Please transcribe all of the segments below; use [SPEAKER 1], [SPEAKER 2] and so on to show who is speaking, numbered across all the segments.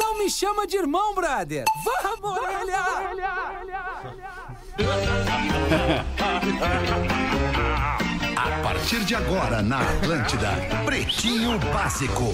[SPEAKER 1] Então me chama de irmão, brother. Vamos, orelha!
[SPEAKER 2] A partir de agora na Atlântida, Pretinho Básico,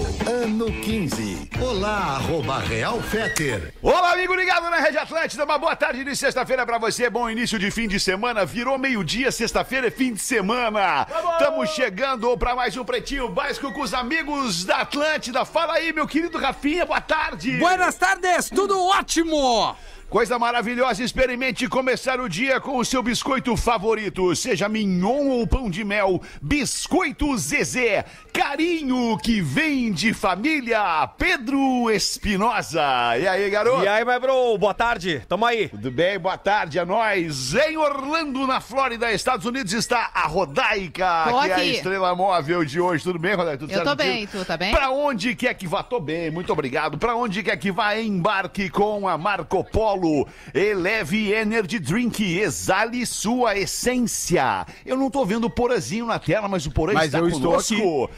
[SPEAKER 2] ano 15. Olá, arroba Real Feter.
[SPEAKER 3] Olá, amigo ligado na Rede Atlântida. Uma boa tarde de sexta-feira pra você. Bom início de fim de semana. Virou meio-dia, sexta-feira é fim de semana. Estamos chegando pra mais um Pretinho Básico com os amigos da Atlântida. Fala aí, meu querido Rafinha. Boa tarde.
[SPEAKER 1] Buenas tardes, tudo ótimo!
[SPEAKER 3] Coisa maravilhosa, experimente começar o dia com o seu biscoito favorito, seja mignon ou pão de mel, biscoito Zezé, carinho que vem de família, Pedro Espinosa. E aí, garoto?
[SPEAKER 4] E aí, my bro, boa tarde, tamo aí.
[SPEAKER 3] Tudo bem? Boa tarde a nós. Em Orlando, na Flórida, Estados Unidos, está a Rodaica,
[SPEAKER 5] Tô
[SPEAKER 3] que é a
[SPEAKER 5] aqui.
[SPEAKER 3] estrela móvel de hoje. Tudo bem, Rodaica? Tudo
[SPEAKER 5] Eu tô bem,
[SPEAKER 3] contigo?
[SPEAKER 5] tu tá bem?
[SPEAKER 3] Pra onde quer que vá, tô bem, muito obrigado. Pra onde quer que vá, embarque com a Marco Polo. Eleve Energy Drink, exale sua essência. Eu não tô vendo o Porazinho na tela, mas o Porã
[SPEAKER 6] Mas
[SPEAKER 3] está
[SPEAKER 6] eu estou
[SPEAKER 3] conosco.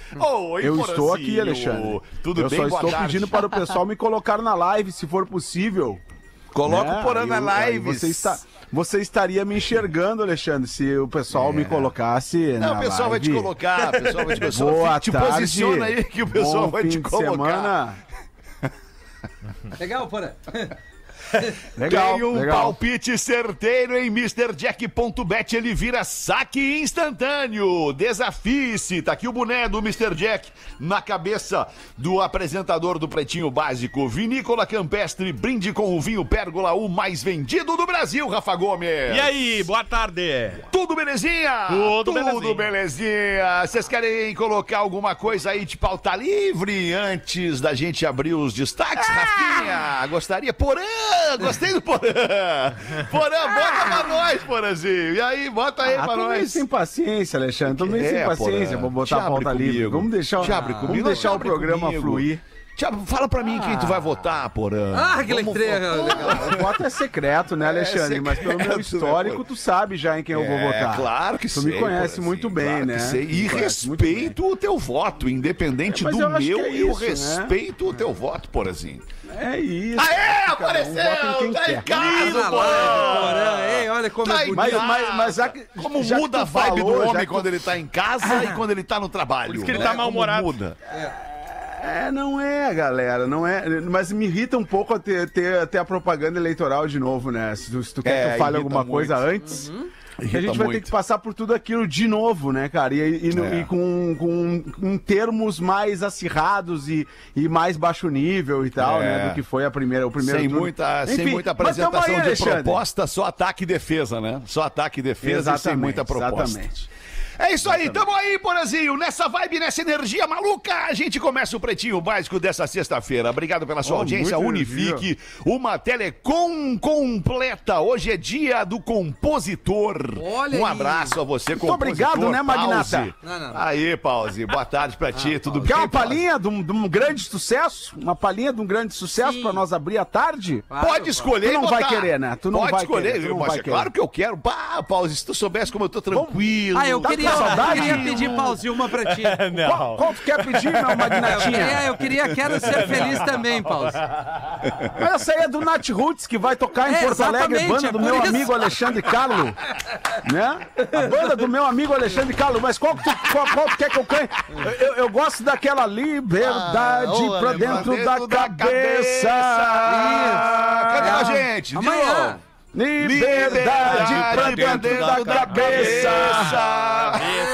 [SPEAKER 3] Oi,
[SPEAKER 6] Eu estou aqui,
[SPEAKER 3] Porazinho.
[SPEAKER 6] Alexandre.
[SPEAKER 3] Tudo
[SPEAKER 6] eu
[SPEAKER 3] bem,
[SPEAKER 6] só
[SPEAKER 3] boa
[SPEAKER 6] estou
[SPEAKER 3] tarde.
[SPEAKER 6] pedindo para o pessoal me colocar na live, se for possível.
[SPEAKER 3] Coloca
[SPEAKER 6] Né?
[SPEAKER 3] o Porã na
[SPEAKER 6] Aí eu- aí
[SPEAKER 3] live.
[SPEAKER 6] Você, está, você estaria me enxergando, Alexandre, se o pessoal me colocasse
[SPEAKER 3] Não,
[SPEAKER 6] na
[SPEAKER 3] É. o pessoal vai te
[SPEAKER 6] live.
[SPEAKER 3] colocar, o pessoal vai te colocar.
[SPEAKER 6] Boa
[SPEAKER 3] te
[SPEAKER 6] tarde.
[SPEAKER 3] posiciona aí que o pessoal
[SPEAKER 6] Bom
[SPEAKER 3] vai te
[SPEAKER 6] fim de
[SPEAKER 3] colocar.
[SPEAKER 6] Semana.
[SPEAKER 1] Legal, porra?
[SPEAKER 6] Legal,
[SPEAKER 3] Tem um
[SPEAKER 6] legal.
[SPEAKER 3] palpite certeiro em MrJack.bet, ele vira saque instantâneo. Desafie-se, tá aqui o boné do Mr. Jack na cabeça do apresentador do Pretinho Básico, Vinícola Campestre, brinde com o vinho Pérgola, o mais vendido do Brasil, Rafa Gomes.
[SPEAKER 4] E aí, boa tarde.
[SPEAKER 3] Tudo belezinha?
[SPEAKER 4] Tudo
[SPEAKER 3] belezinha.
[SPEAKER 4] belezinha.
[SPEAKER 3] Vocês querem colocar alguma coisa aí de pauta livre antes da gente abrir os
[SPEAKER 6] Ah!
[SPEAKER 3] destaques, Rafinha? Gostaria? Porã! Gostei do Porã! Porã, bota pra nós, Porãzinho! E aí, bota aí
[SPEAKER 6] Ah,
[SPEAKER 3] pra
[SPEAKER 6] tô meio
[SPEAKER 3] nós!
[SPEAKER 6] sem paciência, Alexandre. Tô meio
[SPEAKER 3] É,
[SPEAKER 6] sem paciência.
[SPEAKER 3] porra.
[SPEAKER 6] Vou
[SPEAKER 3] Te
[SPEAKER 6] botar a
[SPEAKER 3] abre
[SPEAKER 6] pauta livre.
[SPEAKER 3] comigo.
[SPEAKER 6] Vamos deixar,
[SPEAKER 3] Te abre comigo.
[SPEAKER 6] vamos deixar o
[SPEAKER 3] Abre
[SPEAKER 6] programa
[SPEAKER 3] comigo.
[SPEAKER 6] fluir.
[SPEAKER 3] Tiago, fala pra mim quem tu vai votar, Porã.
[SPEAKER 1] Ah, que letreira! legal.
[SPEAKER 6] O voto é secreto, né, Alexandre? Mas pelo
[SPEAKER 3] secreto,
[SPEAKER 6] meu
[SPEAKER 3] né,
[SPEAKER 6] histórico,
[SPEAKER 3] pô?
[SPEAKER 6] tu sabe já em quem eu vou
[SPEAKER 3] É,
[SPEAKER 6] votar.
[SPEAKER 3] claro que
[SPEAKER 6] Tu
[SPEAKER 3] sei,
[SPEAKER 6] me conhece
[SPEAKER 3] Porazinho,
[SPEAKER 6] muito bem,
[SPEAKER 3] claro que
[SPEAKER 6] né?
[SPEAKER 3] sei. E
[SPEAKER 6] Me conhece muito
[SPEAKER 3] respeito o teu voto,
[SPEAKER 6] É,
[SPEAKER 3] independente
[SPEAKER 6] mas
[SPEAKER 3] do
[SPEAKER 6] eu acho que
[SPEAKER 3] meu,
[SPEAKER 6] é
[SPEAKER 3] eu
[SPEAKER 6] isso, né?
[SPEAKER 3] respeito o teu voto, Porazinho.
[SPEAKER 6] É isso.
[SPEAKER 3] Aê,
[SPEAKER 6] um vota em
[SPEAKER 3] apareceu!
[SPEAKER 6] quem
[SPEAKER 3] Tá em
[SPEAKER 6] quer.
[SPEAKER 3] casa, Tá
[SPEAKER 1] Lindo, Porã, Porã, ei, olha como é
[SPEAKER 3] em
[SPEAKER 6] bonito.
[SPEAKER 3] casa.
[SPEAKER 6] Mas- mas- mas já que-
[SPEAKER 3] como
[SPEAKER 6] já que
[SPEAKER 3] muda
[SPEAKER 6] tu
[SPEAKER 3] a vibe
[SPEAKER 6] falou,
[SPEAKER 3] do
[SPEAKER 6] já
[SPEAKER 3] homem
[SPEAKER 6] que tu-
[SPEAKER 3] quando ele tá em casa e quando ele tá no trabalho. Por
[SPEAKER 4] isso que ele tá mal-humorado.
[SPEAKER 6] É, não é, galera, não é. Mas me irrita um pouco a ter, ter, ter a propaganda eleitoral de novo, né? Se tu, se tu quer
[SPEAKER 3] É,
[SPEAKER 6] que eu fale
[SPEAKER 3] irrita
[SPEAKER 6] alguma
[SPEAKER 3] muito.
[SPEAKER 6] coisa antes, que
[SPEAKER 3] Irrita
[SPEAKER 6] a gente vai ter
[SPEAKER 3] muito.
[SPEAKER 6] que passar por tudo aquilo de novo, né, cara? E, e no-
[SPEAKER 3] É.
[SPEAKER 6] e com, com, com termos mais acirrados e, e mais baixo nível e tal,
[SPEAKER 3] É.
[SPEAKER 6] né? Do que foi a primeira, o primeiro
[SPEAKER 3] Sem
[SPEAKER 6] turno.
[SPEAKER 3] muita, sem
[SPEAKER 6] Enfim,
[SPEAKER 3] muita
[SPEAKER 6] mas tamo
[SPEAKER 3] apresentação
[SPEAKER 6] aí,
[SPEAKER 3] de
[SPEAKER 6] Alexandre.
[SPEAKER 3] proposta, só ataque e defesa, né? Só ataque e defesa e sem
[SPEAKER 6] Exatamente,
[SPEAKER 3] muita proposta.
[SPEAKER 6] Exatamente.
[SPEAKER 3] É isso aí, tamo aí, Porazinho. Nessa vibe, nessa energia maluca, a gente começa o Pretinho Básico dessa sexta-feira. Obrigado pela sua
[SPEAKER 6] Oh,
[SPEAKER 3] audiência.
[SPEAKER 6] muita
[SPEAKER 3] Unifique uma telecom completa. Hoje é dia do compositor.
[SPEAKER 1] Olha
[SPEAKER 3] um
[SPEAKER 1] aí.
[SPEAKER 3] abraço a você, compositor.
[SPEAKER 6] obrigado, né, Magnata?
[SPEAKER 3] Pause.
[SPEAKER 1] Não, não, Ah, não.
[SPEAKER 3] Aí, Pause. Boa tarde pra ti, tudo bem?
[SPEAKER 6] Quer uma
[SPEAKER 3] Pause?
[SPEAKER 6] palhinha de um, de um grande sucesso? Uma palhinha de um grande sucesso
[SPEAKER 1] Sim.
[SPEAKER 6] pra nós abrir a tarde?
[SPEAKER 3] Pode escolher,
[SPEAKER 6] Tu não
[SPEAKER 3] e botar.
[SPEAKER 6] vai querer, né? Tu não
[SPEAKER 3] Pode
[SPEAKER 6] vai
[SPEAKER 3] escolher,
[SPEAKER 6] querer, tu não
[SPEAKER 3] mas
[SPEAKER 6] vai
[SPEAKER 3] é
[SPEAKER 6] querer.
[SPEAKER 3] claro que eu quero. Bah, Pause, se tu soubesse como eu tô tranquilo.
[SPEAKER 1] Ah, eu
[SPEAKER 6] Tá com
[SPEAKER 1] queria, eu
[SPEAKER 6] saudade?
[SPEAKER 1] queria pedir pausilma pra ti.
[SPEAKER 6] Qual, qual tu quer pedir, meu
[SPEAKER 1] Eu
[SPEAKER 6] magnatinha? Tá
[SPEAKER 1] queria,
[SPEAKER 7] é,
[SPEAKER 1] eu queria, quero ser feliz também, Paulo.
[SPEAKER 6] Essa aí é do Nat Roots, que vai tocar em
[SPEAKER 1] É,
[SPEAKER 6] Porto Alegre,
[SPEAKER 1] exatamente,
[SPEAKER 6] banda
[SPEAKER 1] é
[SPEAKER 6] do
[SPEAKER 1] por
[SPEAKER 6] meu
[SPEAKER 1] isso.
[SPEAKER 6] amigo Alexandre Carlo. Né? A banda do meu amigo Alexandre Carlo. Mas qual que tu, qual, qual tu quer que eu cante? Eu, eu gosto daquela liberdade
[SPEAKER 3] Ah,
[SPEAKER 6] pra
[SPEAKER 3] olha,
[SPEAKER 6] dentro,
[SPEAKER 3] pra
[SPEAKER 6] da,
[SPEAKER 3] dentro da
[SPEAKER 6] cabeça. Ah, É.
[SPEAKER 3] cabeça. Cadê a gente? De
[SPEAKER 1] Amanhã.
[SPEAKER 3] novo.
[SPEAKER 6] Liberdade pra dentro da cabeça.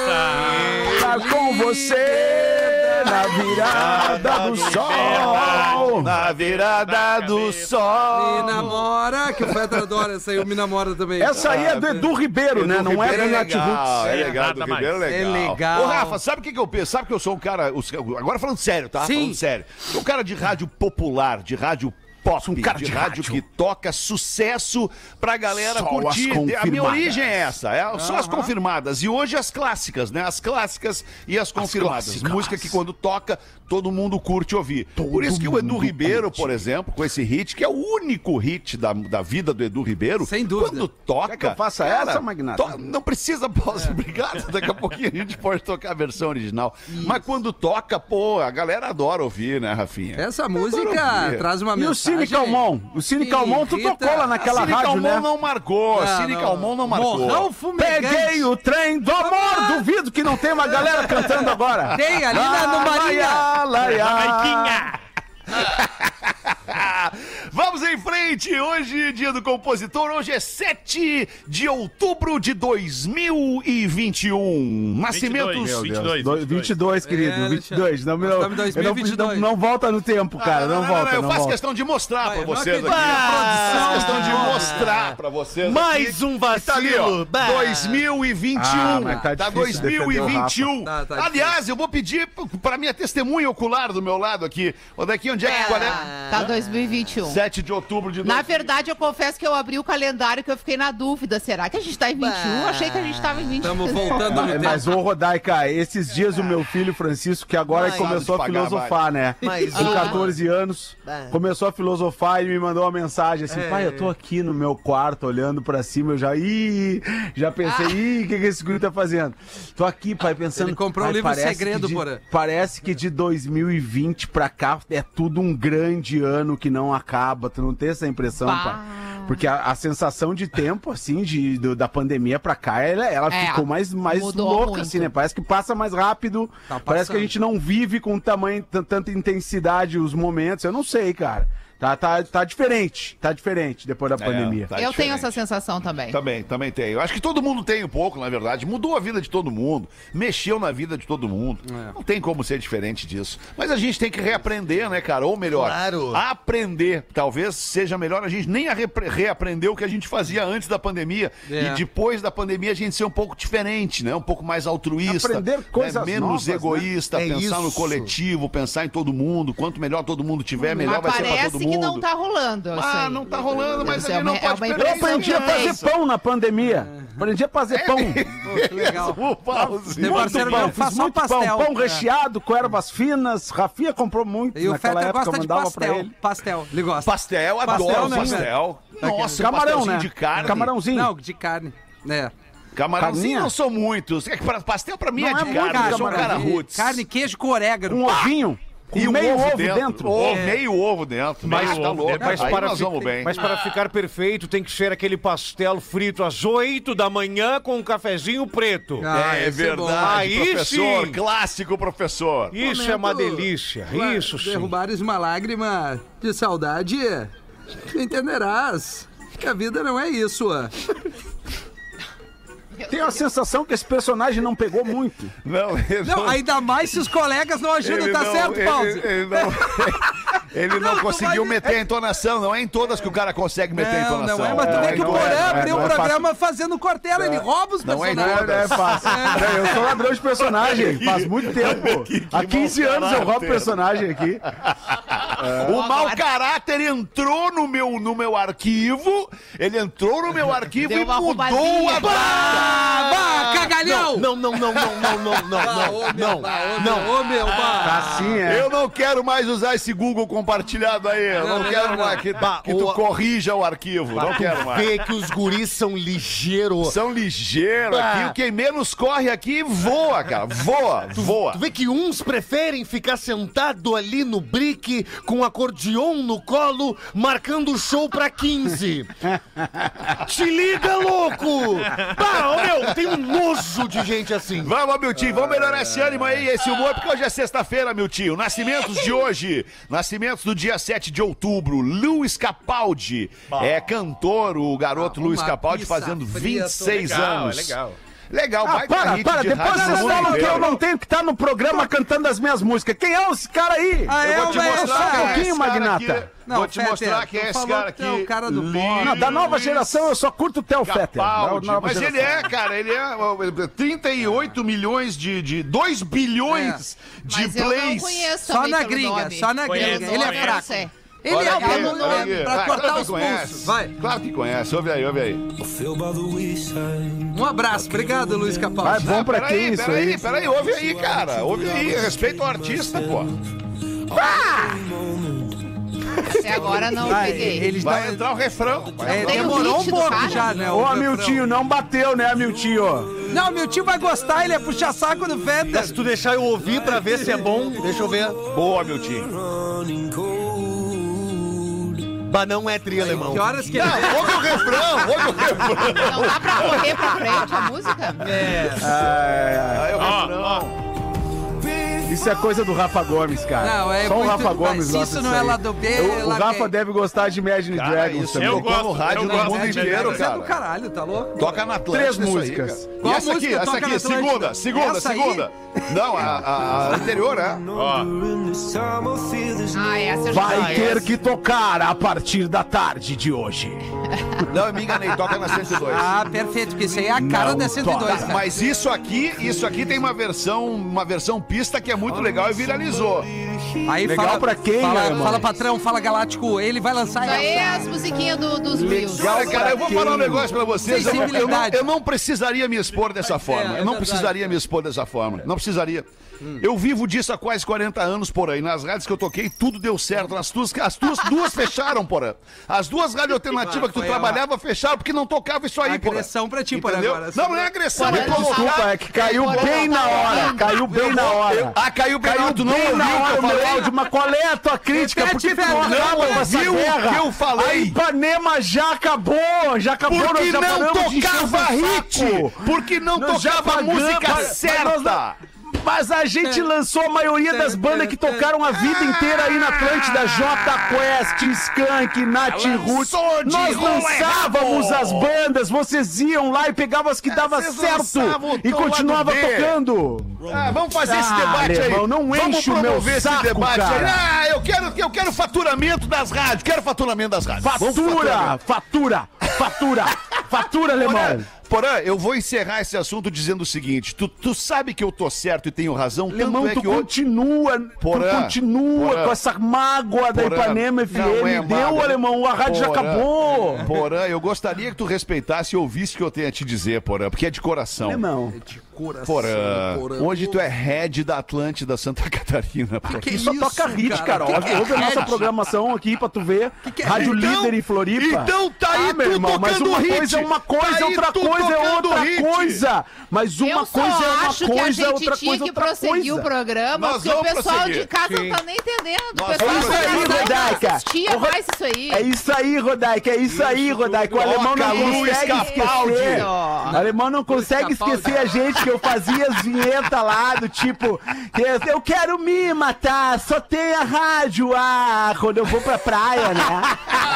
[SPEAKER 6] Tá com você na virada do sol.
[SPEAKER 3] Na virada do sol.
[SPEAKER 1] Me namora, que o Fetter adora essa aí, eu me namora também.
[SPEAKER 6] Essa aí é do Edu Ribeiro, né? Não é da
[SPEAKER 3] Ribeiro
[SPEAKER 6] Nath
[SPEAKER 3] legal,
[SPEAKER 6] Roots.
[SPEAKER 3] É legal, do
[SPEAKER 4] Nada mais.
[SPEAKER 3] Ribeiro é legal.
[SPEAKER 1] É legal.
[SPEAKER 3] Ô, Rafa, sabe o que, que eu penso? Sabe que eu sou um cara. os- Agora falando sério, tá?
[SPEAKER 1] Sim.
[SPEAKER 3] Falando sério. Sou um cara de rádio popular, de rádio. Pop,
[SPEAKER 6] Sou um cara
[SPEAKER 3] de,
[SPEAKER 6] de
[SPEAKER 3] rádio,
[SPEAKER 6] rádio.
[SPEAKER 3] que toca sucesso pra galera
[SPEAKER 6] Só as
[SPEAKER 3] curtir. A minha
[SPEAKER 6] confirmadas.
[SPEAKER 3] origem é essa, é só as confirmadas. E hoje as clássicas, né? As clássicas e as confirmadas.
[SPEAKER 6] clássicas.
[SPEAKER 3] Música que quando toca, todo mundo curte ouvir. Por
[SPEAKER 6] Todo
[SPEAKER 3] isso que o Edu
[SPEAKER 6] mundo
[SPEAKER 3] Ribeiro,
[SPEAKER 6] curte.
[SPEAKER 3] por exemplo, com esse hit, que é o único hit da, da vida do Edu Ribeiro,
[SPEAKER 1] Sem dúvida.
[SPEAKER 3] quando toca.
[SPEAKER 6] Quer que eu faça essa, Magnata? É.
[SPEAKER 3] to- não precisa, pausa, obrigado. Daqui a pouquinho a gente pode tocar a versão original. Mas quando toca, pô, a galera adora ouvir, né, Rafinha?
[SPEAKER 1] Essa
[SPEAKER 3] Adora
[SPEAKER 1] música
[SPEAKER 3] ouvir.
[SPEAKER 1] traz uma
[SPEAKER 6] E o
[SPEAKER 1] mensagem.
[SPEAKER 6] Cine Calmon. O Cine
[SPEAKER 7] Que
[SPEAKER 6] Calmon tu
[SPEAKER 7] irrita.
[SPEAKER 6] tocou lá naquela
[SPEAKER 3] Cine
[SPEAKER 6] rádio,
[SPEAKER 3] Calmon
[SPEAKER 6] né?
[SPEAKER 3] não marcou.
[SPEAKER 1] Ah,
[SPEAKER 7] Não,
[SPEAKER 3] Cine
[SPEAKER 7] não.
[SPEAKER 3] Calmon não marcou.
[SPEAKER 7] Morrão fumegante.
[SPEAKER 6] Peguei o trem do amor. Duvido que não tem uma galera cantando agora.
[SPEAKER 7] Tem, ali na,
[SPEAKER 6] Ah,
[SPEAKER 7] no Marinha.
[SPEAKER 6] Laiá, laiá.
[SPEAKER 3] Vamos em frente! Hoje, dia do compositor, hoje é 7 de outubro de 2021. Nascimentos.
[SPEAKER 4] 22,
[SPEAKER 6] Do- 22, querido.
[SPEAKER 7] É,
[SPEAKER 6] 22. Não,
[SPEAKER 7] nós
[SPEAKER 6] não,
[SPEAKER 7] estamos em
[SPEAKER 6] eu não,
[SPEAKER 7] 2022.
[SPEAKER 6] não- não volta no
[SPEAKER 3] Ah,
[SPEAKER 6] tempo, cara. Não, volta,
[SPEAKER 3] eu
[SPEAKER 6] não,
[SPEAKER 3] faço
[SPEAKER 6] volta.
[SPEAKER 3] questão de mostrar
[SPEAKER 7] Vai,
[SPEAKER 3] pra
[SPEAKER 7] eu não
[SPEAKER 3] vocês aqui.
[SPEAKER 7] acredito.
[SPEAKER 3] Eu faço
[SPEAKER 7] Ah,
[SPEAKER 3] questão de
[SPEAKER 7] ah,
[SPEAKER 3] mostrar pra vocês.
[SPEAKER 4] Mais
[SPEAKER 3] aqui.
[SPEAKER 4] um
[SPEAKER 3] E Tá ali, ó.
[SPEAKER 4] vacilo. Bah.
[SPEAKER 3] 2021.
[SPEAKER 6] Ah,
[SPEAKER 3] tá
[SPEAKER 6] mas tá difícil defender o
[SPEAKER 3] 2021.
[SPEAKER 7] Rafa. Tá, tá
[SPEAKER 3] Aliás, eu vou pedir p- pra minha testemunha ocular do meu lado aqui. Ô, daqui, onde é que. Qual é?
[SPEAKER 5] Tá 2021.
[SPEAKER 3] 7 de outubro de
[SPEAKER 5] Na
[SPEAKER 3] 2021.
[SPEAKER 5] verdade, eu confesso que eu abri o calendário que eu fiquei na dúvida. Será que a gente tá em 21? Achei que a gente tava em um. 20.
[SPEAKER 7] Estamos voltando
[SPEAKER 3] É
[SPEAKER 7] no
[SPEAKER 6] Mas,
[SPEAKER 7] tempo.
[SPEAKER 6] É, mas ô Rodaica, esses dias o meu filho Francisco, que agora
[SPEAKER 8] Mas-
[SPEAKER 6] começou a
[SPEAKER 3] Sabe de pagar,
[SPEAKER 6] filosofar, né?
[SPEAKER 8] Mas
[SPEAKER 6] Com
[SPEAKER 8] uma.
[SPEAKER 6] 14 anos,
[SPEAKER 8] Ah.
[SPEAKER 6] começou a filosofar e me mandou uma mensagem assim:
[SPEAKER 7] É.
[SPEAKER 6] pai, eu tô aqui no meu quarto olhando pra cima, eu já. Ih, já pensei, ih, o que, que esse guri tá fazendo? Tô aqui, pai, pensando.
[SPEAKER 7] Ah." Ele comprou um
[SPEAKER 6] pai,
[SPEAKER 7] livro
[SPEAKER 6] parece que
[SPEAKER 7] segredo,
[SPEAKER 6] de-
[SPEAKER 7] porra."
[SPEAKER 6] Parece que de 2020 pra cá é tudo um grande ano que não acaba. Tu não tem essa impressão,
[SPEAKER 5] Bah.
[SPEAKER 6] pai? Porque a, a sensação de tempo, assim, de, do- da pandemia pra cá, ela, ela
[SPEAKER 5] É,
[SPEAKER 6] ficou mais, mais
[SPEAKER 5] mudou
[SPEAKER 6] louca,
[SPEAKER 5] muito.
[SPEAKER 6] assim, né? Parece que passa mais rápido.
[SPEAKER 7] Tá
[SPEAKER 6] parece que a
[SPEAKER 7] passando.
[SPEAKER 6] gente não vive com tamanho, tan- tanta intensidade os momentos. Eu não sei, cara. Tá, tá, tá diferente. Tá diferente depois
[SPEAKER 7] É,
[SPEAKER 6] da pandemia.
[SPEAKER 3] tá diferente.
[SPEAKER 5] eu
[SPEAKER 3] Tá,
[SPEAKER 5] tenho essa sensação também.
[SPEAKER 3] Também, também tenho. Acho que todo mundo tem um pouco, na verdade. Mudou a vida de todo mundo, mexeu na vida de todo mundo. Não tem como ser diferente disso. Mas a gente tem que reaprender, né, cara? Ou melhor,
[SPEAKER 8] Claro.
[SPEAKER 3] aprender. Talvez seja melhor a gente nem arrepre- reaprender o que a gente fazia antes da pandemia.
[SPEAKER 7] É.
[SPEAKER 3] E depois da pandemia a gente ser um pouco diferente, né? Um pouco mais altruísta.
[SPEAKER 6] Aprender
[SPEAKER 3] né?
[SPEAKER 6] coisas
[SPEAKER 3] Menos
[SPEAKER 6] novas, né?
[SPEAKER 3] egoísta,
[SPEAKER 8] É
[SPEAKER 3] pensar no
[SPEAKER 8] isso.
[SPEAKER 3] coletivo, pensar em todo mundo. Quanto melhor todo mundo tiver, melhor
[SPEAKER 5] Mas
[SPEAKER 3] vai ser pra todo
[SPEAKER 5] parece
[SPEAKER 3] mundo.
[SPEAKER 5] que não tá rolando. isso
[SPEAKER 3] Ah,
[SPEAKER 5] aí.
[SPEAKER 3] não tá rolando, mas a
[SPEAKER 5] Isso é
[SPEAKER 3] gente não
[SPEAKER 5] uma- é
[SPEAKER 3] pode
[SPEAKER 5] uma
[SPEAKER 3] perder
[SPEAKER 6] Eu
[SPEAKER 5] impressão
[SPEAKER 3] essa
[SPEAKER 6] aprendi a
[SPEAKER 5] também.
[SPEAKER 6] fazer pão na pandemia.
[SPEAKER 7] É.
[SPEAKER 6] Aprendi a fazer pão.
[SPEAKER 7] Pô, que legal.
[SPEAKER 3] O pause.
[SPEAKER 7] Tem parceiro meu,
[SPEAKER 6] Fiz
[SPEAKER 7] faz só
[SPEAKER 6] muito
[SPEAKER 7] pastel. É.
[SPEAKER 6] Pão, pão recheado, com ervas finas. Rafinha comprou muito.
[SPEAKER 7] E o
[SPEAKER 6] Naquela
[SPEAKER 7] Feta
[SPEAKER 6] época
[SPEAKER 7] gosta de
[SPEAKER 6] mandava pra
[SPEAKER 7] pastel.
[SPEAKER 6] ele.
[SPEAKER 7] Pastel, ele gosta.
[SPEAKER 3] Pastel,
[SPEAKER 7] Pastel,
[SPEAKER 3] adoro
[SPEAKER 7] né,
[SPEAKER 3] pastel. Nossa, um
[SPEAKER 6] Camarão,
[SPEAKER 3] pastelzinho
[SPEAKER 6] né?
[SPEAKER 3] de carne.
[SPEAKER 6] Camarãozinho.
[SPEAKER 7] Não, de carne. É.
[SPEAKER 3] Camarãozinho
[SPEAKER 6] Carninha?
[SPEAKER 3] não sou muito. É que pra- pastel pra mim
[SPEAKER 6] Não
[SPEAKER 3] é
[SPEAKER 6] é
[SPEAKER 3] de
[SPEAKER 6] muito
[SPEAKER 3] carne. eu sou um cara
[SPEAKER 7] camarão.
[SPEAKER 3] roots.
[SPEAKER 7] Carne, queijo com orégano.
[SPEAKER 6] um ovinho com
[SPEAKER 3] e
[SPEAKER 6] meio ovo, dentro.
[SPEAKER 3] Ovo, Meio ovo dentro.
[SPEAKER 4] Meio
[SPEAKER 3] Mas tá
[SPEAKER 4] ovo
[SPEAKER 3] louco.
[SPEAKER 4] dentro. Mas
[SPEAKER 3] Aí
[SPEAKER 4] para
[SPEAKER 3] nós
[SPEAKER 4] fi-
[SPEAKER 3] vamos bem.
[SPEAKER 9] Mas para ficar perfeito, tem que ser aquele pastel frito às 8 da manhã com um cafezinho preto.
[SPEAKER 7] Ah,
[SPEAKER 3] é,
[SPEAKER 7] esse é bom.
[SPEAKER 3] verdade,
[SPEAKER 9] Aí
[SPEAKER 3] professor.
[SPEAKER 9] sim.
[SPEAKER 3] Clássico, professor.
[SPEAKER 9] Isso é uma
[SPEAKER 7] Momento.
[SPEAKER 9] delícia.
[SPEAKER 7] Vai
[SPEAKER 9] Isso sim.
[SPEAKER 7] Derrubares uma lágrima de saudade, tu entenderás que a vida não é isso. ó.
[SPEAKER 6] Tenho a sensação que esse personagem não pegou muito.
[SPEAKER 3] Não, ele
[SPEAKER 7] Não, ainda mais se os colegas não ajudam,
[SPEAKER 3] ele
[SPEAKER 7] tá
[SPEAKER 3] não-
[SPEAKER 7] certo,
[SPEAKER 3] ele-
[SPEAKER 7] Pause?
[SPEAKER 3] Ele não... Ele não,
[SPEAKER 7] Não, tu
[SPEAKER 3] conseguiu
[SPEAKER 7] vai-
[SPEAKER 3] meter a entonação, não é em todas que o cara consegue meter a
[SPEAKER 7] Não,
[SPEAKER 3] entonação.
[SPEAKER 7] não é, mas tu
[SPEAKER 6] É,
[SPEAKER 7] vê que o
[SPEAKER 6] não
[SPEAKER 7] Porã
[SPEAKER 6] é, não é,
[SPEAKER 7] abriu
[SPEAKER 6] não
[SPEAKER 7] o
[SPEAKER 6] é
[SPEAKER 7] programa fazendo cortela, ele rouba os
[SPEAKER 3] Não é
[SPEAKER 7] personagens.
[SPEAKER 3] nada.
[SPEAKER 6] É fácil.
[SPEAKER 7] É.
[SPEAKER 6] Eu sou ladrão de personagem, faz muito tempo. Há 15
[SPEAKER 3] mau
[SPEAKER 6] anos eu roubo
[SPEAKER 3] caráter.
[SPEAKER 6] personagem aqui.
[SPEAKER 3] O mau caráter entrou no meu, no meu arquivo, ele entrou no meu arquivo
[SPEAKER 5] Deu
[SPEAKER 3] e
[SPEAKER 5] uma
[SPEAKER 3] mudou
[SPEAKER 5] roubadinha.
[SPEAKER 3] a data.
[SPEAKER 7] Ah, bah, cagalhão!
[SPEAKER 9] Não, não, não, não, não, não,
[SPEAKER 7] Bah,
[SPEAKER 9] não,
[SPEAKER 7] ô,
[SPEAKER 9] não,
[SPEAKER 7] meu,
[SPEAKER 9] não.
[SPEAKER 7] bah, ô, meu, ô, meu, bah.
[SPEAKER 6] Assim é.
[SPEAKER 3] Eu não quero mais usar esse Google compartilhado aí. Eu não,
[SPEAKER 7] Não, não,
[SPEAKER 3] quero
[SPEAKER 7] não,
[SPEAKER 3] mais
[SPEAKER 7] não.
[SPEAKER 3] que,
[SPEAKER 9] Bah,
[SPEAKER 3] que tu
[SPEAKER 9] o-
[SPEAKER 3] corrija o arquivo. Não quero mais.
[SPEAKER 9] Vê que os guris são ligeiros.
[SPEAKER 3] São ligeiros
[SPEAKER 9] Bah.
[SPEAKER 3] aqui. O que menos corre aqui voa, cara. Voa, voa.
[SPEAKER 9] Tu vê que uns preferem ficar sentado ali no brick com acordeon no colo, marcando o show pra 15. Te liga, louco! Pá, ô, meu, tem um nojo de gente assim.
[SPEAKER 3] Vamos, meu tio, vamos melhorar esse ânimo aí, esse humor, porque hoje é sexta-feira, meu tio. Nascimentos de hoje, nascimentos do dia 7 de outubro, Luiz Capaldi. É cantor, o garoto
[SPEAKER 7] Ah,
[SPEAKER 3] Luiz
[SPEAKER 7] uma
[SPEAKER 3] Capaldi,
[SPEAKER 7] pizza
[SPEAKER 3] fazendo
[SPEAKER 7] fria,
[SPEAKER 3] 26
[SPEAKER 4] legal, é
[SPEAKER 3] anos.
[SPEAKER 4] legal.
[SPEAKER 3] Legal,
[SPEAKER 6] Ah,
[SPEAKER 3] baita
[SPEAKER 6] para,
[SPEAKER 3] hit
[SPEAKER 6] para,
[SPEAKER 3] de
[SPEAKER 6] depois
[SPEAKER 3] rádio
[SPEAKER 6] vocês
[SPEAKER 3] no
[SPEAKER 6] falam
[SPEAKER 3] mundo
[SPEAKER 6] que eu
[SPEAKER 3] inteiro.
[SPEAKER 6] não tenho que estar no programa cantando as minhas músicas. Quem é esse cara aí?
[SPEAKER 7] Ah, é,
[SPEAKER 3] Eu vou te
[SPEAKER 7] mas é só-
[SPEAKER 3] mostrar quem é
[SPEAKER 6] um pouquinho,
[SPEAKER 3] esse cara
[SPEAKER 6] Magnata.
[SPEAKER 3] aqui.
[SPEAKER 7] Não,
[SPEAKER 3] Vou te
[SPEAKER 7] Peter,
[SPEAKER 3] mostrar quem
[SPEAKER 7] tu
[SPEAKER 3] é esse
[SPEAKER 7] falou
[SPEAKER 3] cara
[SPEAKER 7] que
[SPEAKER 3] aqui.
[SPEAKER 7] tu é o cara do
[SPEAKER 3] Luiz
[SPEAKER 7] pop.
[SPEAKER 6] Não, da nova geração eu só curto o Theo Fetter. Da
[SPEAKER 3] Capaldi.
[SPEAKER 6] nova
[SPEAKER 3] Mas ele
[SPEAKER 6] geração.
[SPEAKER 3] é, cara, ele é ó, 38 milhões de, de 2 bilhões
[SPEAKER 7] É.
[SPEAKER 3] de
[SPEAKER 5] Mas eu não
[SPEAKER 3] plays.
[SPEAKER 5] conheço
[SPEAKER 7] Só
[SPEAKER 5] também
[SPEAKER 7] na
[SPEAKER 5] pelo
[SPEAKER 7] gringa,
[SPEAKER 5] nome.
[SPEAKER 7] só na
[SPEAKER 5] Pelo
[SPEAKER 7] gringa. Ele
[SPEAKER 5] nome,
[SPEAKER 7] é
[SPEAKER 5] eu
[SPEAKER 7] fraco.
[SPEAKER 5] sei.
[SPEAKER 7] Ele
[SPEAKER 3] Olha
[SPEAKER 7] é
[SPEAKER 3] aqui,
[SPEAKER 7] bom
[SPEAKER 3] olha
[SPEAKER 7] é,
[SPEAKER 3] aqui.
[SPEAKER 7] pra
[SPEAKER 3] Vai,
[SPEAKER 7] cortar
[SPEAKER 3] claro
[SPEAKER 7] os pulsos.
[SPEAKER 3] que conhece.
[SPEAKER 7] Vai.
[SPEAKER 3] Claro que conhece, ouve aí, ouve aí.
[SPEAKER 7] Um abraço, obrigado, Luiz
[SPEAKER 6] Ah, é
[SPEAKER 7] Capaldi.
[SPEAKER 6] bom pra
[SPEAKER 3] Peraí,
[SPEAKER 6] quem isso aí?
[SPEAKER 3] Peraí, peraí, ouve aí, cara. Ouve aí, respeita o artista, pô.
[SPEAKER 5] Até agora não
[SPEAKER 7] Vai,
[SPEAKER 5] peguei.
[SPEAKER 7] ele tá-
[SPEAKER 3] Vai entrar o refrão. vai
[SPEAKER 7] é,
[SPEAKER 3] entrar o
[SPEAKER 5] Tem o
[SPEAKER 7] demorou um
[SPEAKER 5] hit do
[SPEAKER 7] pouco
[SPEAKER 5] cara?
[SPEAKER 7] já, né? o
[SPEAKER 6] Ô,
[SPEAKER 7] refrão.
[SPEAKER 6] Amiltinho, não bateu, né, Amiltinho?
[SPEAKER 7] Não, meu tio vai gostar, ele é puxa-saco do Feta.
[SPEAKER 9] Se tu deixar eu ouvir pra ver se é bom, deixa eu ver.
[SPEAKER 3] refrão. Boa, meu time.
[SPEAKER 10] running cold.
[SPEAKER 11] Bah, não é tri alemão.
[SPEAKER 1] Que horas que ele
[SPEAKER 11] Não, ouve o refrão, ouve o refrão.
[SPEAKER 5] Não dá pra correr pra frente a música?
[SPEAKER 3] Aí eu
[SPEAKER 4] Ó,
[SPEAKER 3] não.
[SPEAKER 4] ó.
[SPEAKER 6] Isso é coisa do Rafa Gomes, cara.
[SPEAKER 1] Não, é
[SPEAKER 6] Só o
[SPEAKER 1] muito-
[SPEAKER 6] Rafa
[SPEAKER 1] mas
[SPEAKER 6] Gomes
[SPEAKER 1] se
[SPEAKER 6] gosta
[SPEAKER 1] isso não
[SPEAKER 6] disso
[SPEAKER 1] é
[SPEAKER 6] aí.
[SPEAKER 1] lado B,
[SPEAKER 6] O-
[SPEAKER 1] é
[SPEAKER 6] O,
[SPEAKER 1] lado
[SPEAKER 6] Rafa
[SPEAKER 1] A.
[SPEAKER 6] deve gostar de Imagine
[SPEAKER 3] Cara,
[SPEAKER 6] Dragons
[SPEAKER 3] isso
[SPEAKER 6] também.
[SPEAKER 4] Eu
[SPEAKER 3] Tocou
[SPEAKER 4] gosto.
[SPEAKER 3] no rádio
[SPEAKER 4] eu
[SPEAKER 3] no
[SPEAKER 4] gosto,
[SPEAKER 3] mundo
[SPEAKER 4] é
[SPEAKER 3] inteiro,
[SPEAKER 4] verdade.
[SPEAKER 1] Isso é do
[SPEAKER 3] cara.
[SPEAKER 1] caralho, tá louco?
[SPEAKER 3] Toca na Atlântida.
[SPEAKER 6] Três
[SPEAKER 3] isso aí,
[SPEAKER 6] músicas.
[SPEAKER 3] cara. E
[SPEAKER 1] Qual
[SPEAKER 3] essa aqui,
[SPEAKER 1] música
[SPEAKER 3] essa
[SPEAKER 1] toca
[SPEAKER 3] aqui,
[SPEAKER 1] na Atlântida?
[SPEAKER 3] segunda, segunda,
[SPEAKER 1] Essa aí?
[SPEAKER 3] segunda. Não, a, a- a anterior, é.
[SPEAKER 4] Ó.
[SPEAKER 5] Ah, essa eu já
[SPEAKER 6] Vai
[SPEAKER 3] é.
[SPEAKER 5] sei.
[SPEAKER 6] ter que tocar a partir da tarde de hoje.
[SPEAKER 3] Não, eu me enganei, toca na 102.
[SPEAKER 1] Ah, perfeito, porque isso aí é a cara
[SPEAKER 6] Não
[SPEAKER 1] da 102,
[SPEAKER 6] toca.
[SPEAKER 1] cara.
[SPEAKER 3] Mas isso aqui, isso aqui tem uma versão, uma versão pista que é muito legal e viralizou.
[SPEAKER 1] Aí
[SPEAKER 6] Legal
[SPEAKER 1] fala,
[SPEAKER 6] pra quem,
[SPEAKER 1] fala,
[SPEAKER 6] alemão?
[SPEAKER 1] fala patrão, fala galáctico, ele vai lançar
[SPEAKER 5] Isso aí é
[SPEAKER 1] essa.
[SPEAKER 5] as musiquinhas do- dos Reels.
[SPEAKER 3] Cara, cara, eu vou
[SPEAKER 6] quem?
[SPEAKER 3] falar um negócio pra vocês. Eu não, eu, não,
[SPEAKER 1] Sensibilidade.
[SPEAKER 3] eu não precisaria me expor dessa forma.
[SPEAKER 1] é
[SPEAKER 3] Eu não
[SPEAKER 1] verdade.
[SPEAKER 3] precisaria me expor dessa forma. Não precisaria.
[SPEAKER 6] Hum.
[SPEAKER 3] Eu vivo disso há quase 40 anos, porém. Nas rádios que eu toquei, tudo deu certo. As tuas, as tuas duas fecharam, porém. As duas rádios alternativas que tu
[SPEAKER 1] Foi, ó.
[SPEAKER 3] trabalhava fecharam porque não tocava
[SPEAKER 5] é
[SPEAKER 3] isso aí, porém.
[SPEAKER 1] Agressão pra
[SPEAKER 6] tipo,
[SPEAKER 1] ti, porém,
[SPEAKER 3] Entendeu?
[SPEAKER 1] agora. assim.
[SPEAKER 3] Não, não é agressão, é
[SPEAKER 5] Quarenta-
[SPEAKER 3] provocar.
[SPEAKER 6] né, Desculpa, é que caiu bem na hora. Caiu bem na hora.
[SPEAKER 3] Ah, caiu bem na hora. Tu não
[SPEAKER 6] bem
[SPEAKER 3] ouviu
[SPEAKER 6] na
[SPEAKER 3] o que
[SPEAKER 6] hora
[SPEAKER 3] eu
[SPEAKER 6] o meu
[SPEAKER 3] falei?
[SPEAKER 6] áudio, mas qual é a tua crítica? Por que tu
[SPEAKER 1] Repete,
[SPEAKER 6] não
[SPEAKER 1] velho.
[SPEAKER 6] acaba com
[SPEAKER 3] Não
[SPEAKER 6] essa
[SPEAKER 3] ouviu o
[SPEAKER 6] guerra?
[SPEAKER 3] que eu falei?
[SPEAKER 6] A Ipanema já acabou, já acabou.
[SPEAKER 3] Porque
[SPEAKER 6] nós já
[SPEAKER 3] não
[SPEAKER 6] paramos de encher o
[SPEAKER 3] tocava hit!
[SPEAKER 6] um saco.
[SPEAKER 3] Porque não
[SPEAKER 6] Nós já
[SPEAKER 3] tocava
[SPEAKER 6] pagamos,
[SPEAKER 3] música
[SPEAKER 6] mas- mas
[SPEAKER 3] certa!
[SPEAKER 6] nós não- Mas a gente lançou a maioria das bandas que tocaram a vida inteira aí na Atlântida, J Quest, Skank, Nat Roots.
[SPEAKER 3] Lançou de
[SPEAKER 6] Nós
[SPEAKER 3] rolo
[SPEAKER 6] lançávamos
[SPEAKER 3] errado.
[SPEAKER 6] as bandas, vocês iam lá e pegavam as que dava
[SPEAKER 3] É, vocês
[SPEAKER 6] certo
[SPEAKER 3] lançavam
[SPEAKER 6] e
[SPEAKER 3] do lado
[SPEAKER 6] continuava
[SPEAKER 3] B.
[SPEAKER 6] tocando.
[SPEAKER 3] Ah, vamos fazer esse
[SPEAKER 6] Ah,
[SPEAKER 3] debate aí.
[SPEAKER 6] alemão, não
[SPEAKER 3] vamos
[SPEAKER 6] enche o meu
[SPEAKER 3] promover esse
[SPEAKER 6] saco,
[SPEAKER 3] debate aí.
[SPEAKER 6] cara.
[SPEAKER 3] Ah, eu quero, eu quero faturamento das rádios. Quero faturamento das rádios. Vamos
[SPEAKER 6] Fatura,
[SPEAKER 3] faturar.
[SPEAKER 6] fatura, fatura, fatura, alemão.
[SPEAKER 3] Porã, eu vou encerrar esse assunto dizendo o seguinte: tu, tu sabe que eu tô certo e tenho razão,
[SPEAKER 6] Alemão,
[SPEAKER 3] tanto é
[SPEAKER 6] tu
[SPEAKER 3] que hoje.
[SPEAKER 6] continua,
[SPEAKER 3] Porã,
[SPEAKER 6] tu continua
[SPEAKER 3] Porã.
[SPEAKER 6] com essa mágoa da
[SPEAKER 3] Porã,
[SPEAKER 6] Ipanema FM.
[SPEAKER 3] não é
[SPEAKER 6] Deu,
[SPEAKER 3] mágoa.
[SPEAKER 6] alemão, a rádio já
[SPEAKER 3] Porã.
[SPEAKER 6] acabou.
[SPEAKER 3] Porã, eu gostaria que tu respeitasse e ouvisse o que eu tenho a te dizer, Porã, porque é de coração.
[SPEAKER 6] Alemão.
[SPEAKER 1] É De assim, coração,
[SPEAKER 3] Porã,
[SPEAKER 1] porã. Ah,
[SPEAKER 3] hoje tu é head da Atlântida Santa Catarina. Porã.
[SPEAKER 1] Que
[SPEAKER 6] Só toca hit, cara.
[SPEAKER 1] Que
[SPEAKER 6] Ouve,
[SPEAKER 1] que é
[SPEAKER 6] ouve a nossa
[SPEAKER 1] head?
[SPEAKER 6] programação aqui pra tu ver.
[SPEAKER 1] que é
[SPEAKER 6] Rádio
[SPEAKER 3] Então-
[SPEAKER 6] Líder em Floripa. Ah,
[SPEAKER 3] então tá aí
[SPEAKER 6] meu
[SPEAKER 3] tu
[SPEAKER 6] irmão, mas
[SPEAKER 3] tocando
[SPEAKER 6] uma
[SPEAKER 3] hit.
[SPEAKER 6] coisa é uma coisa,
[SPEAKER 3] Tá aí
[SPEAKER 6] outra
[SPEAKER 3] tu
[SPEAKER 6] coisa é
[SPEAKER 3] tocando
[SPEAKER 6] outra
[SPEAKER 3] hit.
[SPEAKER 6] coisa. Mas uma
[SPEAKER 5] eu só
[SPEAKER 6] coisa é uma
[SPEAKER 5] acho que a
[SPEAKER 6] coisa,
[SPEAKER 5] gente
[SPEAKER 6] outra
[SPEAKER 5] tinha
[SPEAKER 6] coisa é
[SPEAKER 5] que
[SPEAKER 6] outra
[SPEAKER 5] prosseguir
[SPEAKER 6] coisa.
[SPEAKER 5] o programa,
[SPEAKER 3] Nós
[SPEAKER 5] porque o
[SPEAKER 3] vamos
[SPEAKER 5] pessoal
[SPEAKER 3] prosseguir.
[SPEAKER 5] de casa não tá nem entendendo.
[SPEAKER 3] Nós
[SPEAKER 5] o pessoal
[SPEAKER 3] vamos
[SPEAKER 5] de casa
[SPEAKER 3] prosseguir,
[SPEAKER 5] não
[SPEAKER 6] Rodaica.
[SPEAKER 5] assistia
[SPEAKER 6] Ô, Ro-
[SPEAKER 5] mais isso aí.
[SPEAKER 6] É isso aí, Rodaica. É isso aí, Rodaica. O alemão não
[SPEAKER 3] Toca Luiz
[SPEAKER 6] consegue
[SPEAKER 3] Capaldi.
[SPEAKER 6] esquecer. O alemão não consegue
[SPEAKER 1] Capaldi.
[SPEAKER 6] esquecer a gente que eu fazia as vinhetas lá do tipo que eu quero me matar, só tem a rádio. Ah, quando eu vou pra praia, né?